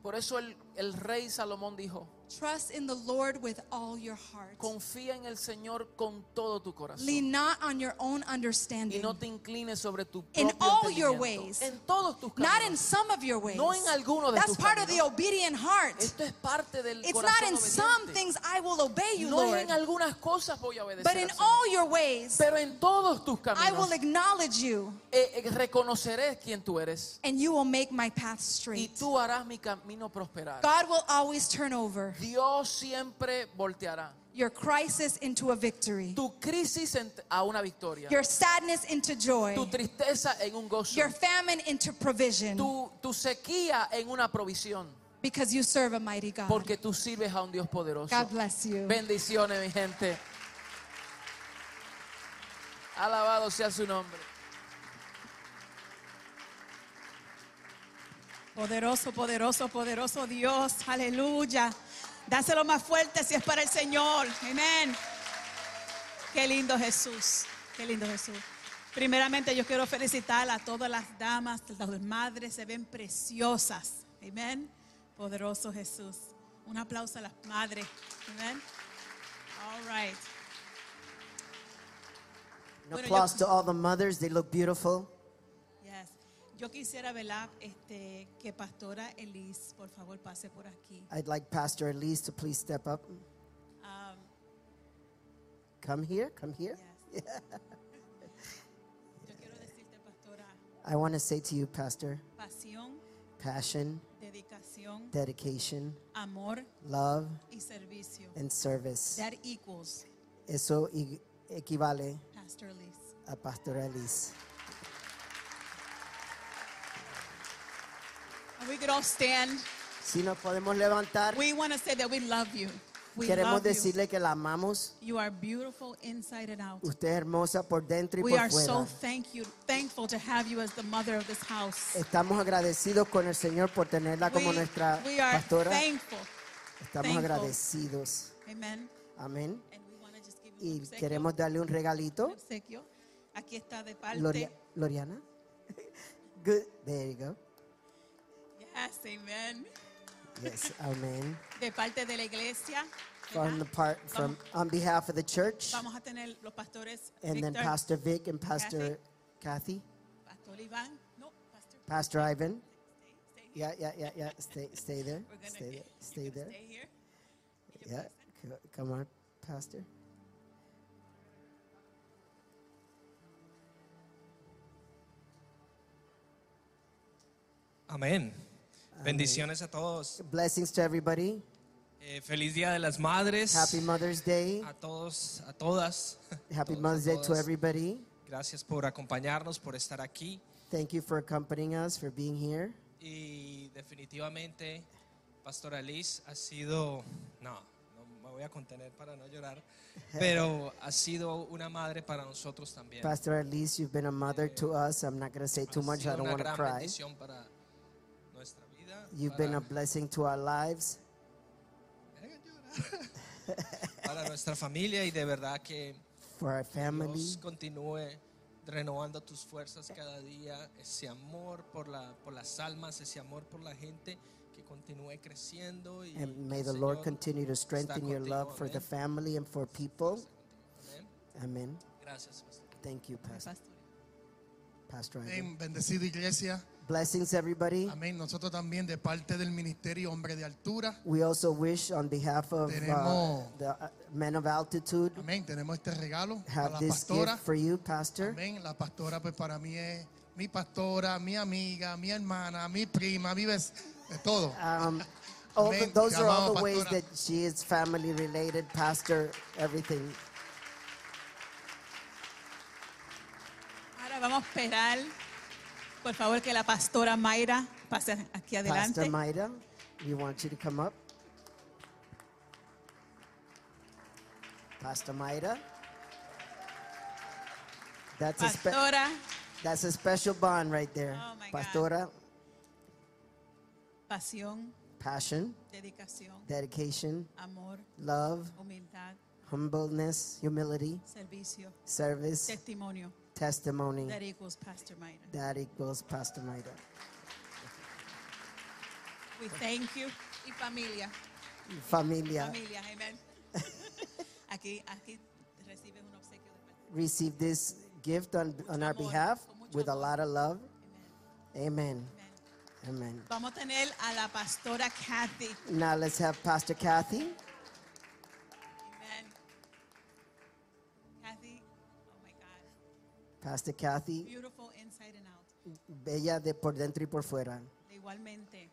[SPEAKER 2] por eso el- el rey Salomón dijo,
[SPEAKER 1] Trust in the Lord with all your heart.
[SPEAKER 2] Confía en el Señor con todo tu corazón.
[SPEAKER 1] Lean not on your own
[SPEAKER 2] Y
[SPEAKER 1] understanding,
[SPEAKER 2] no te inclines sobre tu
[SPEAKER 1] In
[SPEAKER 2] propio
[SPEAKER 1] all your
[SPEAKER 2] entendimiento.
[SPEAKER 1] ways.
[SPEAKER 2] En todos tus
[SPEAKER 1] not in
[SPEAKER 2] caminos.
[SPEAKER 1] some of your ways.
[SPEAKER 2] No en alguno de
[SPEAKER 1] That's
[SPEAKER 2] tus
[SPEAKER 1] part of the
[SPEAKER 2] caminos.
[SPEAKER 1] obedient heart.
[SPEAKER 2] Esto es parte del
[SPEAKER 1] It's
[SPEAKER 2] corazón
[SPEAKER 1] not in some
[SPEAKER 2] obediente.
[SPEAKER 1] things I will obey you,
[SPEAKER 2] No es
[SPEAKER 1] Lord,
[SPEAKER 2] en algunas cosas voy a obedecer.
[SPEAKER 1] but in
[SPEAKER 2] al Señor.
[SPEAKER 1] all your ways,
[SPEAKER 2] Pero en todos tus
[SPEAKER 1] I will
[SPEAKER 2] caminos
[SPEAKER 1] acknowledge you,
[SPEAKER 2] eh, eh, reconoceré quién tú eres
[SPEAKER 1] and you will make my path
[SPEAKER 2] y
[SPEAKER 1] straight.
[SPEAKER 2] tú harás mi camino prosperar.
[SPEAKER 1] God will always turn over
[SPEAKER 2] Dios siempre volteará
[SPEAKER 1] your crisis into a victory,
[SPEAKER 2] tu crisis en- a una victoria,
[SPEAKER 1] your sadness into joy,
[SPEAKER 2] tu tristeza en un gozo,
[SPEAKER 1] your famine into provision,
[SPEAKER 2] tu, tu sequía en una provisión,
[SPEAKER 1] because you serve a mighty God.
[SPEAKER 2] porque tú sirves a un Dios poderoso.
[SPEAKER 1] God bless you.
[SPEAKER 2] Bendiciones, mi gente. Alabado sea su nombre.
[SPEAKER 3] Poderoso, poderoso, poderoso Dios. Aleluya. Dáselo más fuerte si es para el Señor. Amén. Qué lindo Jesús. Qué lindo Jesús. Primeramente yo quiero felicitar a todas las damas, las madres se ven preciosas. Amén. Poderoso Jesús. Un aplauso a las madres. Amén. All right.
[SPEAKER 4] An
[SPEAKER 3] Bueno, yo-
[SPEAKER 4] applause to all the mothers. They look beautiful.
[SPEAKER 3] Yes. Yo quisiera velar este, que Pastora Elise, por favor, pase por aquí.
[SPEAKER 4] I'd like Pastor Elise to please step up.
[SPEAKER 3] Um,
[SPEAKER 4] Come here, come here.
[SPEAKER 3] yes. Yo quiero decirte, Pastora,
[SPEAKER 4] I want to say to you, Pastor,
[SPEAKER 3] pasión,
[SPEAKER 4] passion,
[SPEAKER 3] dedicación,
[SPEAKER 4] dedication,
[SPEAKER 3] amor
[SPEAKER 4] love,
[SPEAKER 3] y servicio.
[SPEAKER 4] and service.
[SPEAKER 3] That equals
[SPEAKER 4] Eso i- equivale
[SPEAKER 3] Pastor Elise.
[SPEAKER 4] a Pastor Elise.
[SPEAKER 3] And we could all stand.
[SPEAKER 4] Si nos podemos levantar,
[SPEAKER 3] We want to say that we love you. We
[SPEAKER 4] queremos
[SPEAKER 3] love you.
[SPEAKER 4] decirle que la amamos.
[SPEAKER 3] You are beautiful inside and out.
[SPEAKER 4] Usted es hermosa por dentro y
[SPEAKER 3] We
[SPEAKER 4] por
[SPEAKER 3] are so
[SPEAKER 4] fuera.
[SPEAKER 3] thank you, thankful to have you as the mother of this house.
[SPEAKER 4] Estamos agradecidos con el Señor por tenerla como
[SPEAKER 3] We-
[SPEAKER 4] nuestra
[SPEAKER 3] we are
[SPEAKER 4] pastora.
[SPEAKER 3] thankful.
[SPEAKER 4] Estamos
[SPEAKER 3] thankful.
[SPEAKER 4] agradecidos.
[SPEAKER 3] Amen.
[SPEAKER 4] Amén.
[SPEAKER 3] And we want to just give you
[SPEAKER 4] Y
[SPEAKER 3] un obsequio.
[SPEAKER 4] queremos darle un regalito.
[SPEAKER 3] un obsequio. Aquí está de parte.
[SPEAKER 4] Gloria, Gloriana. Good. There you go.
[SPEAKER 3] Yes, amen.
[SPEAKER 4] Yes. Amén.
[SPEAKER 3] De parte de la iglesia. ¿verdad?
[SPEAKER 4] From the part, from on behalf of the church,
[SPEAKER 3] Vamos a tener los pastores
[SPEAKER 4] and then
[SPEAKER 3] Víctor,
[SPEAKER 4] Pastor Vic and Pastor Kathy,
[SPEAKER 3] Pastor Iván. No, Pastor.
[SPEAKER 4] Pastor Ivan.
[SPEAKER 3] Stay, stay here.
[SPEAKER 4] Yeah, yeah, yeah, yeah. Stay, stay there.
[SPEAKER 3] We're gonna-
[SPEAKER 4] Stay there.
[SPEAKER 3] you
[SPEAKER 4] Stay
[SPEAKER 3] can
[SPEAKER 4] there.
[SPEAKER 3] Stay here. You can
[SPEAKER 4] Yeah.
[SPEAKER 3] stay.
[SPEAKER 4] Co- Come on, Pastor.
[SPEAKER 5] Amén. Bendiciones a todos.
[SPEAKER 4] Blessings to everybody.
[SPEAKER 5] Eh, feliz Día de las Madres.
[SPEAKER 4] Happy Mother's Day.
[SPEAKER 5] A todos, a todas.
[SPEAKER 4] Happy
[SPEAKER 5] Todos, a
[SPEAKER 4] Mother's Day to
[SPEAKER 5] todas.
[SPEAKER 4] everybody.
[SPEAKER 5] Gracias por acompañarnos, por estar aquí.
[SPEAKER 4] Thank you for accompanying us, for being here.
[SPEAKER 5] Y definitivamente, Pastora Liz ha sido, no, no me voy a contener para no llorar, pero ha sido una madre para nosotros también.
[SPEAKER 4] Pastor, at least you've been a mother to us. I'm not going to say
[SPEAKER 5] Ha
[SPEAKER 4] too much.
[SPEAKER 5] sido
[SPEAKER 4] I don't
[SPEAKER 5] una
[SPEAKER 4] want to
[SPEAKER 5] gran
[SPEAKER 4] cry.
[SPEAKER 5] bendición para nuestra vida.
[SPEAKER 4] You've
[SPEAKER 5] para-
[SPEAKER 4] been a blessing to our lives,
[SPEAKER 5] para nuestra familia y de verdad que
[SPEAKER 4] for our family.
[SPEAKER 5] Dios continúe renovando tus fuerzas cada día, ese amor por, la, por las almas, ese amor por la gente que continúe creciendo y
[SPEAKER 4] And may
[SPEAKER 5] el
[SPEAKER 4] the Lord
[SPEAKER 5] Señor
[SPEAKER 4] continue to
[SPEAKER 5] está
[SPEAKER 4] strengthen your
[SPEAKER 5] contigo.
[SPEAKER 4] love for the
[SPEAKER 5] Amén.
[SPEAKER 4] family and for people.
[SPEAKER 5] Amén.
[SPEAKER 4] Amen.
[SPEAKER 5] Gracias, pastor.
[SPEAKER 4] Thank you, Pastor.
[SPEAKER 3] Pastor.
[SPEAKER 4] Pastor Ivan.
[SPEAKER 6] Amén, bendecido iglesia.
[SPEAKER 4] Blessings, everybody.
[SPEAKER 6] Amén. Nosotros también de parte del Ministerio Hombre de Altura.
[SPEAKER 4] We also wish on behalf of uh,
[SPEAKER 6] Tenemos-
[SPEAKER 4] the uh, men of altitude,
[SPEAKER 6] Amén. Tenemos este regalo a
[SPEAKER 4] have
[SPEAKER 6] la
[SPEAKER 4] this gift
[SPEAKER 6] pastora.
[SPEAKER 4] for you, Pastor.
[SPEAKER 6] Amén. La pastora pues para mí es mi pastora, mi amiga, mi hermana, mi prima, mi vez de todo.
[SPEAKER 4] Um, all the,
[SPEAKER 6] Amén.
[SPEAKER 4] those
[SPEAKER 6] Te
[SPEAKER 4] are all the
[SPEAKER 6] amamos,
[SPEAKER 4] ways
[SPEAKER 6] pastora.
[SPEAKER 4] that she is family related, pastor, everything.
[SPEAKER 3] Ahora vamos a esperar, por favor, que la pastora Mayra pase aquí adelante.
[SPEAKER 4] Pastor Maida, we want you to come up. Pastor Maida. That's a, spe-
[SPEAKER 3] pastora,
[SPEAKER 4] that's a special bond right there.
[SPEAKER 3] Oh my God.
[SPEAKER 4] Pastora,
[SPEAKER 3] pasión,
[SPEAKER 4] passion,
[SPEAKER 3] dedicación,
[SPEAKER 4] dedication,
[SPEAKER 3] amor,
[SPEAKER 4] love,
[SPEAKER 3] humildad,
[SPEAKER 4] humbleness, humility,
[SPEAKER 3] servicio,
[SPEAKER 4] service,
[SPEAKER 3] testimonio.
[SPEAKER 4] testimony.
[SPEAKER 3] That equals Pastor Mayra.
[SPEAKER 4] That equals Pastor Maida.
[SPEAKER 3] We thank you. Y familia.
[SPEAKER 4] Familia.
[SPEAKER 3] Familia, amén. aquí, aquí recibes un obsequio de parte.
[SPEAKER 4] receive this gift on, on our
[SPEAKER 3] amor,
[SPEAKER 4] behalf
[SPEAKER 3] con mucho
[SPEAKER 4] with a
[SPEAKER 3] amor.
[SPEAKER 4] lot of love.
[SPEAKER 3] Amén,
[SPEAKER 4] Amen.
[SPEAKER 3] amén.
[SPEAKER 4] Amen.
[SPEAKER 3] Vamos a tener a la pastora Kathy.
[SPEAKER 4] Now let's have Pastor Kathy.
[SPEAKER 3] Amén. Kathy, oh my God.
[SPEAKER 4] Pastor Kathy,
[SPEAKER 3] Beautiful inside and out.
[SPEAKER 4] bella de por dentro y por fuera.
[SPEAKER 3] De igualmente,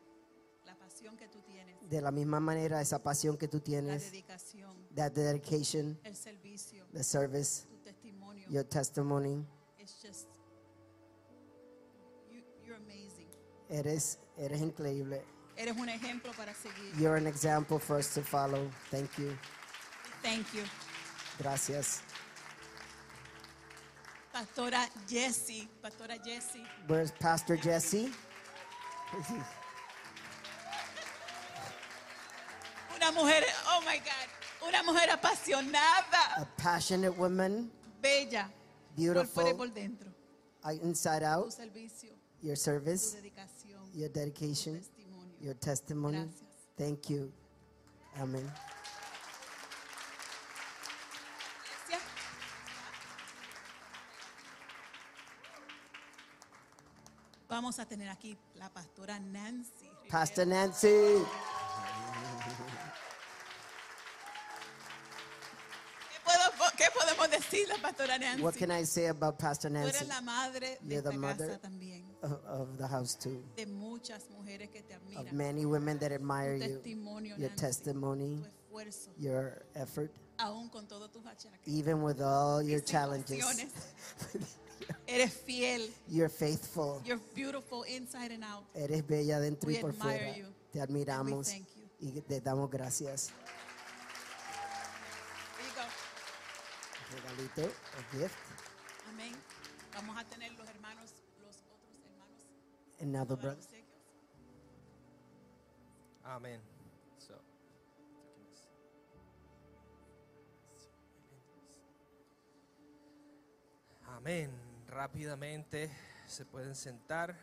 [SPEAKER 3] la pasión que tú tienes,
[SPEAKER 4] De la misma manera, esa pasión que tú
[SPEAKER 3] la
[SPEAKER 4] tienes,
[SPEAKER 3] dedicación,
[SPEAKER 4] that dedication,
[SPEAKER 3] el servicio,
[SPEAKER 4] the service,
[SPEAKER 3] tu testimonio.
[SPEAKER 4] your testimony,
[SPEAKER 3] It's just, you, you're amazing.
[SPEAKER 4] eres, eres increíble.
[SPEAKER 3] Eres un ejemplo para seguir.
[SPEAKER 4] You're an example for us to follow. Thank you.
[SPEAKER 3] Thank you.
[SPEAKER 4] Gracias.
[SPEAKER 3] Pastora Jessie, Pastora Jessie.
[SPEAKER 4] Where's Pastor Jesse?
[SPEAKER 3] Una mujer, oh my God, una mujer apasionada,
[SPEAKER 4] A passionate woman,
[SPEAKER 3] bella, ¿Cuál fue
[SPEAKER 4] beautiful
[SPEAKER 3] por dentro?
[SPEAKER 4] uh, inside
[SPEAKER 3] Tu
[SPEAKER 4] out,
[SPEAKER 3] servicio,
[SPEAKER 4] your
[SPEAKER 3] tu
[SPEAKER 4] service,
[SPEAKER 3] dedicación,
[SPEAKER 4] your
[SPEAKER 3] tu
[SPEAKER 4] dedication,
[SPEAKER 3] testimonio.
[SPEAKER 4] your testimony.
[SPEAKER 3] Gracias.
[SPEAKER 4] Thank you. Amen.
[SPEAKER 3] Iglesia, Vamos a tener aquí la pastora Nancy. Rivera.
[SPEAKER 4] Pastor Nancy.
[SPEAKER 3] ¿Qué, puedo- qué podemos decir la pastora Nancy?
[SPEAKER 4] What can I say about Pastor
[SPEAKER 3] Tú
[SPEAKER 4] Nancy
[SPEAKER 3] eres la madre de
[SPEAKER 4] You're the
[SPEAKER 3] esta casa
[SPEAKER 4] mother.
[SPEAKER 3] también,
[SPEAKER 4] of, of the house too?
[SPEAKER 3] de muchas mujeres que te
[SPEAKER 4] Of
[SPEAKER 3] admiran.
[SPEAKER 4] many women that admire
[SPEAKER 3] Tu
[SPEAKER 4] you,
[SPEAKER 3] testimonio,
[SPEAKER 4] your
[SPEAKER 3] Nancy,
[SPEAKER 4] testimony,
[SPEAKER 3] tu esfuerzo,
[SPEAKER 4] your effort,
[SPEAKER 3] aún con todos tus achaques,
[SPEAKER 4] even with all your
[SPEAKER 3] tus
[SPEAKER 4] challenges.
[SPEAKER 3] situaciones. Eres fiel.
[SPEAKER 4] You're faithful.
[SPEAKER 3] You're beautiful inside and out.
[SPEAKER 4] Eres bella dentro y
[SPEAKER 3] We
[SPEAKER 4] por
[SPEAKER 3] admire
[SPEAKER 4] fuera.
[SPEAKER 3] you.
[SPEAKER 4] Te admiramos
[SPEAKER 3] thank you.
[SPEAKER 4] y te damos gracias.
[SPEAKER 3] There you go.
[SPEAKER 4] Regalito, a gift.
[SPEAKER 3] Amén. Vamos a tener los hermanos, los otros hermanos.
[SPEAKER 4] Another
[SPEAKER 3] para
[SPEAKER 4] brother.
[SPEAKER 3] los obsequios.
[SPEAKER 5] Amén. So, Amén. Rápidamente se pueden sentar.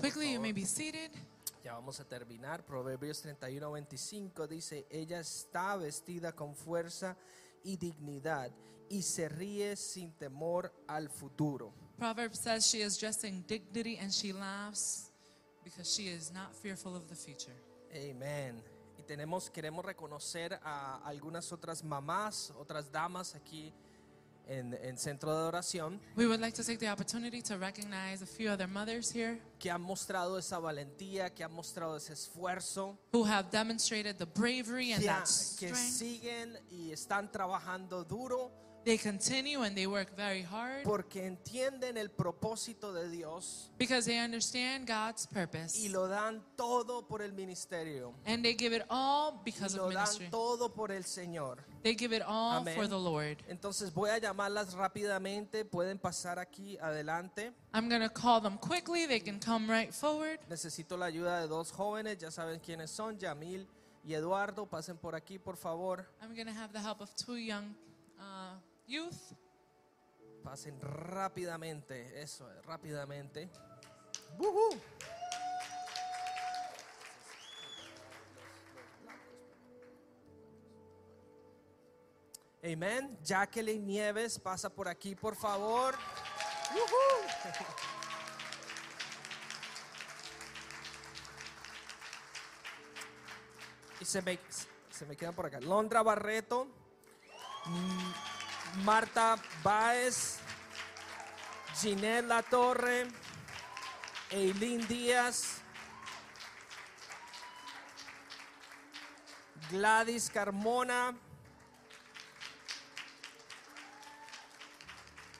[SPEAKER 7] Quickly, you may
[SPEAKER 5] favor.
[SPEAKER 7] be seated.
[SPEAKER 5] Ya vamos a terminar. Proverbios 31, 25 dice, ella está vestida con fuerza y dignidad y se ríe sin temor al futuro.
[SPEAKER 7] Proverbs says she is dressed in dignity and she laughs because she is not fearful of the future.
[SPEAKER 5] Amén. Y tenemos, queremos reconocer a algunas otras mamás, otras damas aquí en, en Centro de Adoración
[SPEAKER 7] We would like to take the opportunity to recognize a few other mothers here
[SPEAKER 5] que han mostrado esa valentía, que han mostrado ese esfuerzo,
[SPEAKER 7] who have demonstrated the bravery and
[SPEAKER 5] que, ha-
[SPEAKER 7] that
[SPEAKER 5] que
[SPEAKER 7] strength.
[SPEAKER 5] siguen y están trabajando duro
[SPEAKER 7] They continue and they work very hard
[SPEAKER 5] porque entienden el propósito de Dios
[SPEAKER 7] because they understand God's purpose
[SPEAKER 5] y lo dan todo por el ministerio.
[SPEAKER 7] and they give it all
[SPEAKER 5] Y
[SPEAKER 7] because
[SPEAKER 5] lo
[SPEAKER 7] of
[SPEAKER 5] dan
[SPEAKER 7] ministry.
[SPEAKER 5] todo por el Señor.
[SPEAKER 7] They give it all
[SPEAKER 5] Amén.
[SPEAKER 7] for the Lord.
[SPEAKER 5] Entonces voy a llamarlas rápidamente. Pueden pasar aquí adelante.
[SPEAKER 7] I'm going to call them quickly. They can come right forward.
[SPEAKER 5] Necesito la ayuda de dos jóvenes. Ya saben quiénes son, Yamil y Eduardo. Pasen por aquí, por favor.
[SPEAKER 7] I'm going to have the help of two young uh, youth.
[SPEAKER 5] Pasen rápidamente. Eso, es, rápidamente. Amén. Jacqueline Nieves, pasa por aquí, por favor. Y se me, se me quedan por acá. Londra Barreto, M- Marta Baez, Ginette La Torre, Eileen Díaz, Gladys Carmona,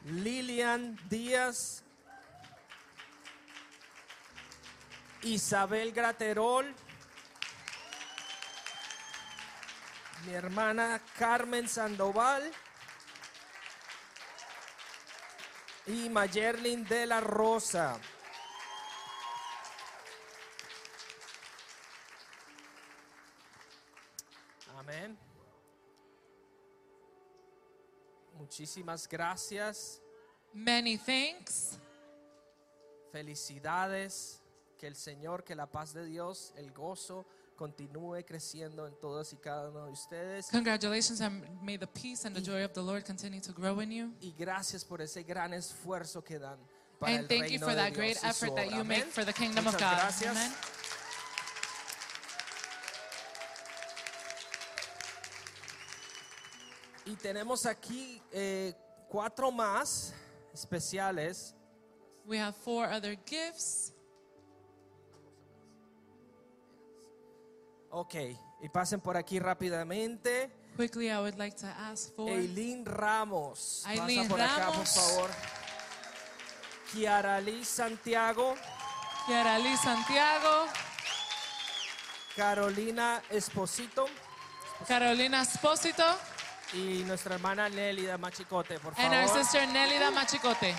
[SPEAKER 5] Lilian Díaz, Isabel Graterol, mi hermana Carmen Sandoval y Mayerlin de la Rosa. Amén. Muchísimas gracias.
[SPEAKER 7] Many thanks.
[SPEAKER 5] Felicidades, que el Señor, que la paz de Dios, el gozo continúe creciendo en todos y cada uno de ustedes.
[SPEAKER 7] Congratulations, and may the peace and the joy of the Lord continue to grow in you.
[SPEAKER 5] Y gracias por ese gran esfuerzo que dan para el
[SPEAKER 7] And thank you
[SPEAKER 5] reino
[SPEAKER 7] for
[SPEAKER 5] de
[SPEAKER 7] that
[SPEAKER 5] Dios
[SPEAKER 7] great
[SPEAKER 5] y su
[SPEAKER 7] effort that
[SPEAKER 5] obra.
[SPEAKER 7] you make
[SPEAKER 5] Amén.
[SPEAKER 7] for the kingdom of
[SPEAKER 5] Muchas
[SPEAKER 7] God.
[SPEAKER 5] Gracias.
[SPEAKER 7] Amen.
[SPEAKER 5] Y tenemos aquí eh, cuatro más especiales.
[SPEAKER 7] We have four other gifts.
[SPEAKER 5] Ok, y pasen por aquí rápidamente.
[SPEAKER 7] Quickly, I would like to ask for
[SPEAKER 5] Eileen Ramos.
[SPEAKER 7] Eileen
[SPEAKER 5] Pasa por acá, por
[SPEAKER 7] Ramos.
[SPEAKER 5] favor. Kiara Liz Santiago.
[SPEAKER 7] Kiara Lee Santiago,
[SPEAKER 5] Carolina Esposito.
[SPEAKER 7] Carolina Esposito,
[SPEAKER 5] Y nuestra hermana Nélida Machicote, por
[SPEAKER 7] and our
[SPEAKER 5] favor.
[SPEAKER 7] sister Nelida Machicote.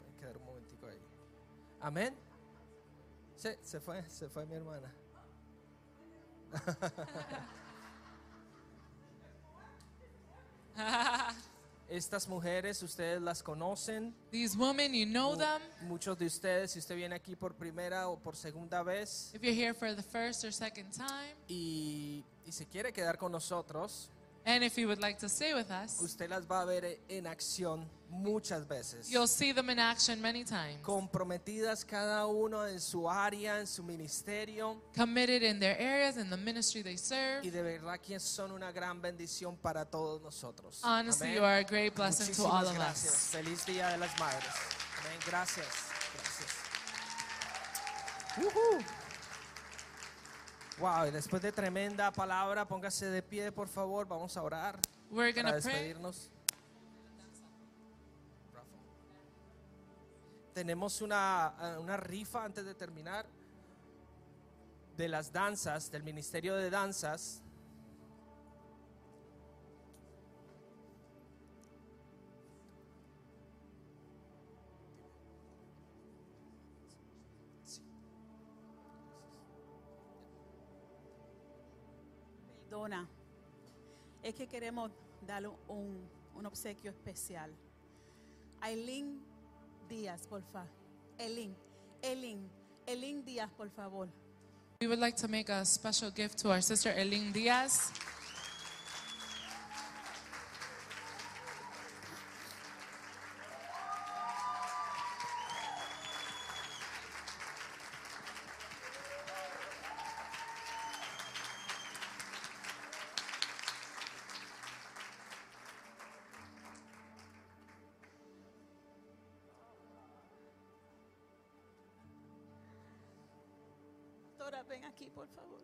[SPEAKER 5] Voy a quedar un momentico ahí. Amén. Sí, se fue, se fue mi hermana. Estas mujeres, ustedes las conocen.
[SPEAKER 7] These women, you know them.
[SPEAKER 5] Muchos de ustedes, si usted viene aquí por primera o por segunda vez
[SPEAKER 7] If you're here for the first or second time,
[SPEAKER 5] y, y se quiere quedar con nosotros,
[SPEAKER 7] and if you would like to stay with us,
[SPEAKER 5] usted las va a ver en acción muchas veces.
[SPEAKER 7] you'll see them in action many times.
[SPEAKER 5] Comprometidas cada uno en su área, en su ministerio.
[SPEAKER 7] Committed in their areas and the ministry they
[SPEAKER 5] Y
[SPEAKER 7] serve.
[SPEAKER 5] de verdad que son una gran bendición para todos nosotros.
[SPEAKER 7] Honestly,
[SPEAKER 5] Amén.
[SPEAKER 7] you are a great blessing to
[SPEAKER 5] Muchísimas
[SPEAKER 7] all of
[SPEAKER 5] gracias.
[SPEAKER 7] us.
[SPEAKER 5] Feliz Día de las Madres. Amén. Gracias. Gracias. Wow, y después de tremenda palabra, póngase de pie, por favor. Vamos a orar
[SPEAKER 7] We're going
[SPEAKER 5] para
[SPEAKER 7] to pray.
[SPEAKER 5] despedirnos. Tenemos una, eh, una rifa antes de terminar de las danzas, del Ministerio de Danzas.
[SPEAKER 3] Dona, es que queremos darle un, un obsequio especial. Aileen Díaz, por favor. Aileen, Aileen, Aileen Díaz, por favor.
[SPEAKER 7] We would like to make a special gift to our sister Eileen Diaz.
[SPEAKER 3] Dora, ven aquí, por favor.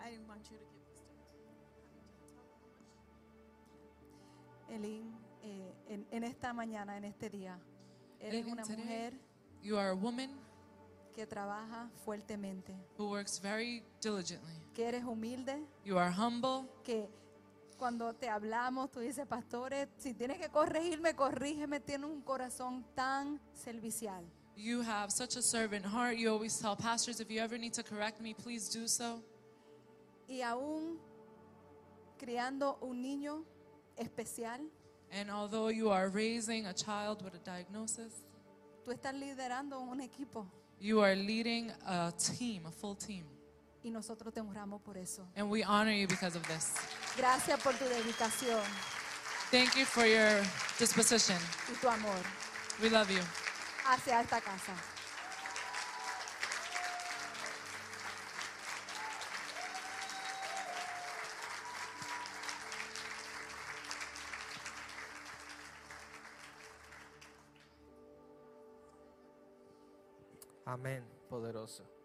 [SPEAKER 3] I didn't want you to give this
[SPEAKER 8] Elin, eh, en, en esta mañana, en este día, eres
[SPEAKER 7] Elin,
[SPEAKER 8] una
[SPEAKER 7] today-
[SPEAKER 8] mujer
[SPEAKER 7] You are a woman
[SPEAKER 8] que trabaja fuertemente,
[SPEAKER 7] who works very diligently.
[SPEAKER 8] que eres humilde,
[SPEAKER 7] You are humble.
[SPEAKER 8] que cuando te hablamos tú dices, pastores, si tienes que corregirme, corrígeme, tienes un corazón tan servicial.
[SPEAKER 7] You have such a servant heart. You always tell pastors, if you ever need to correct me, please do so.
[SPEAKER 8] Y aún criando un niño especial,
[SPEAKER 7] And although you are raising a child with a diagnosis,
[SPEAKER 8] tú estás liderando un equipo
[SPEAKER 7] you are leading a team, a full team.
[SPEAKER 8] y nosotros te honramos por eso.
[SPEAKER 7] And we honor you because of this.
[SPEAKER 8] Gracias por tu dedicación
[SPEAKER 7] Thank you for your disposition.
[SPEAKER 8] y tu amor
[SPEAKER 7] We love you.
[SPEAKER 8] hacia esta casa.
[SPEAKER 5] Amén. Poderoso.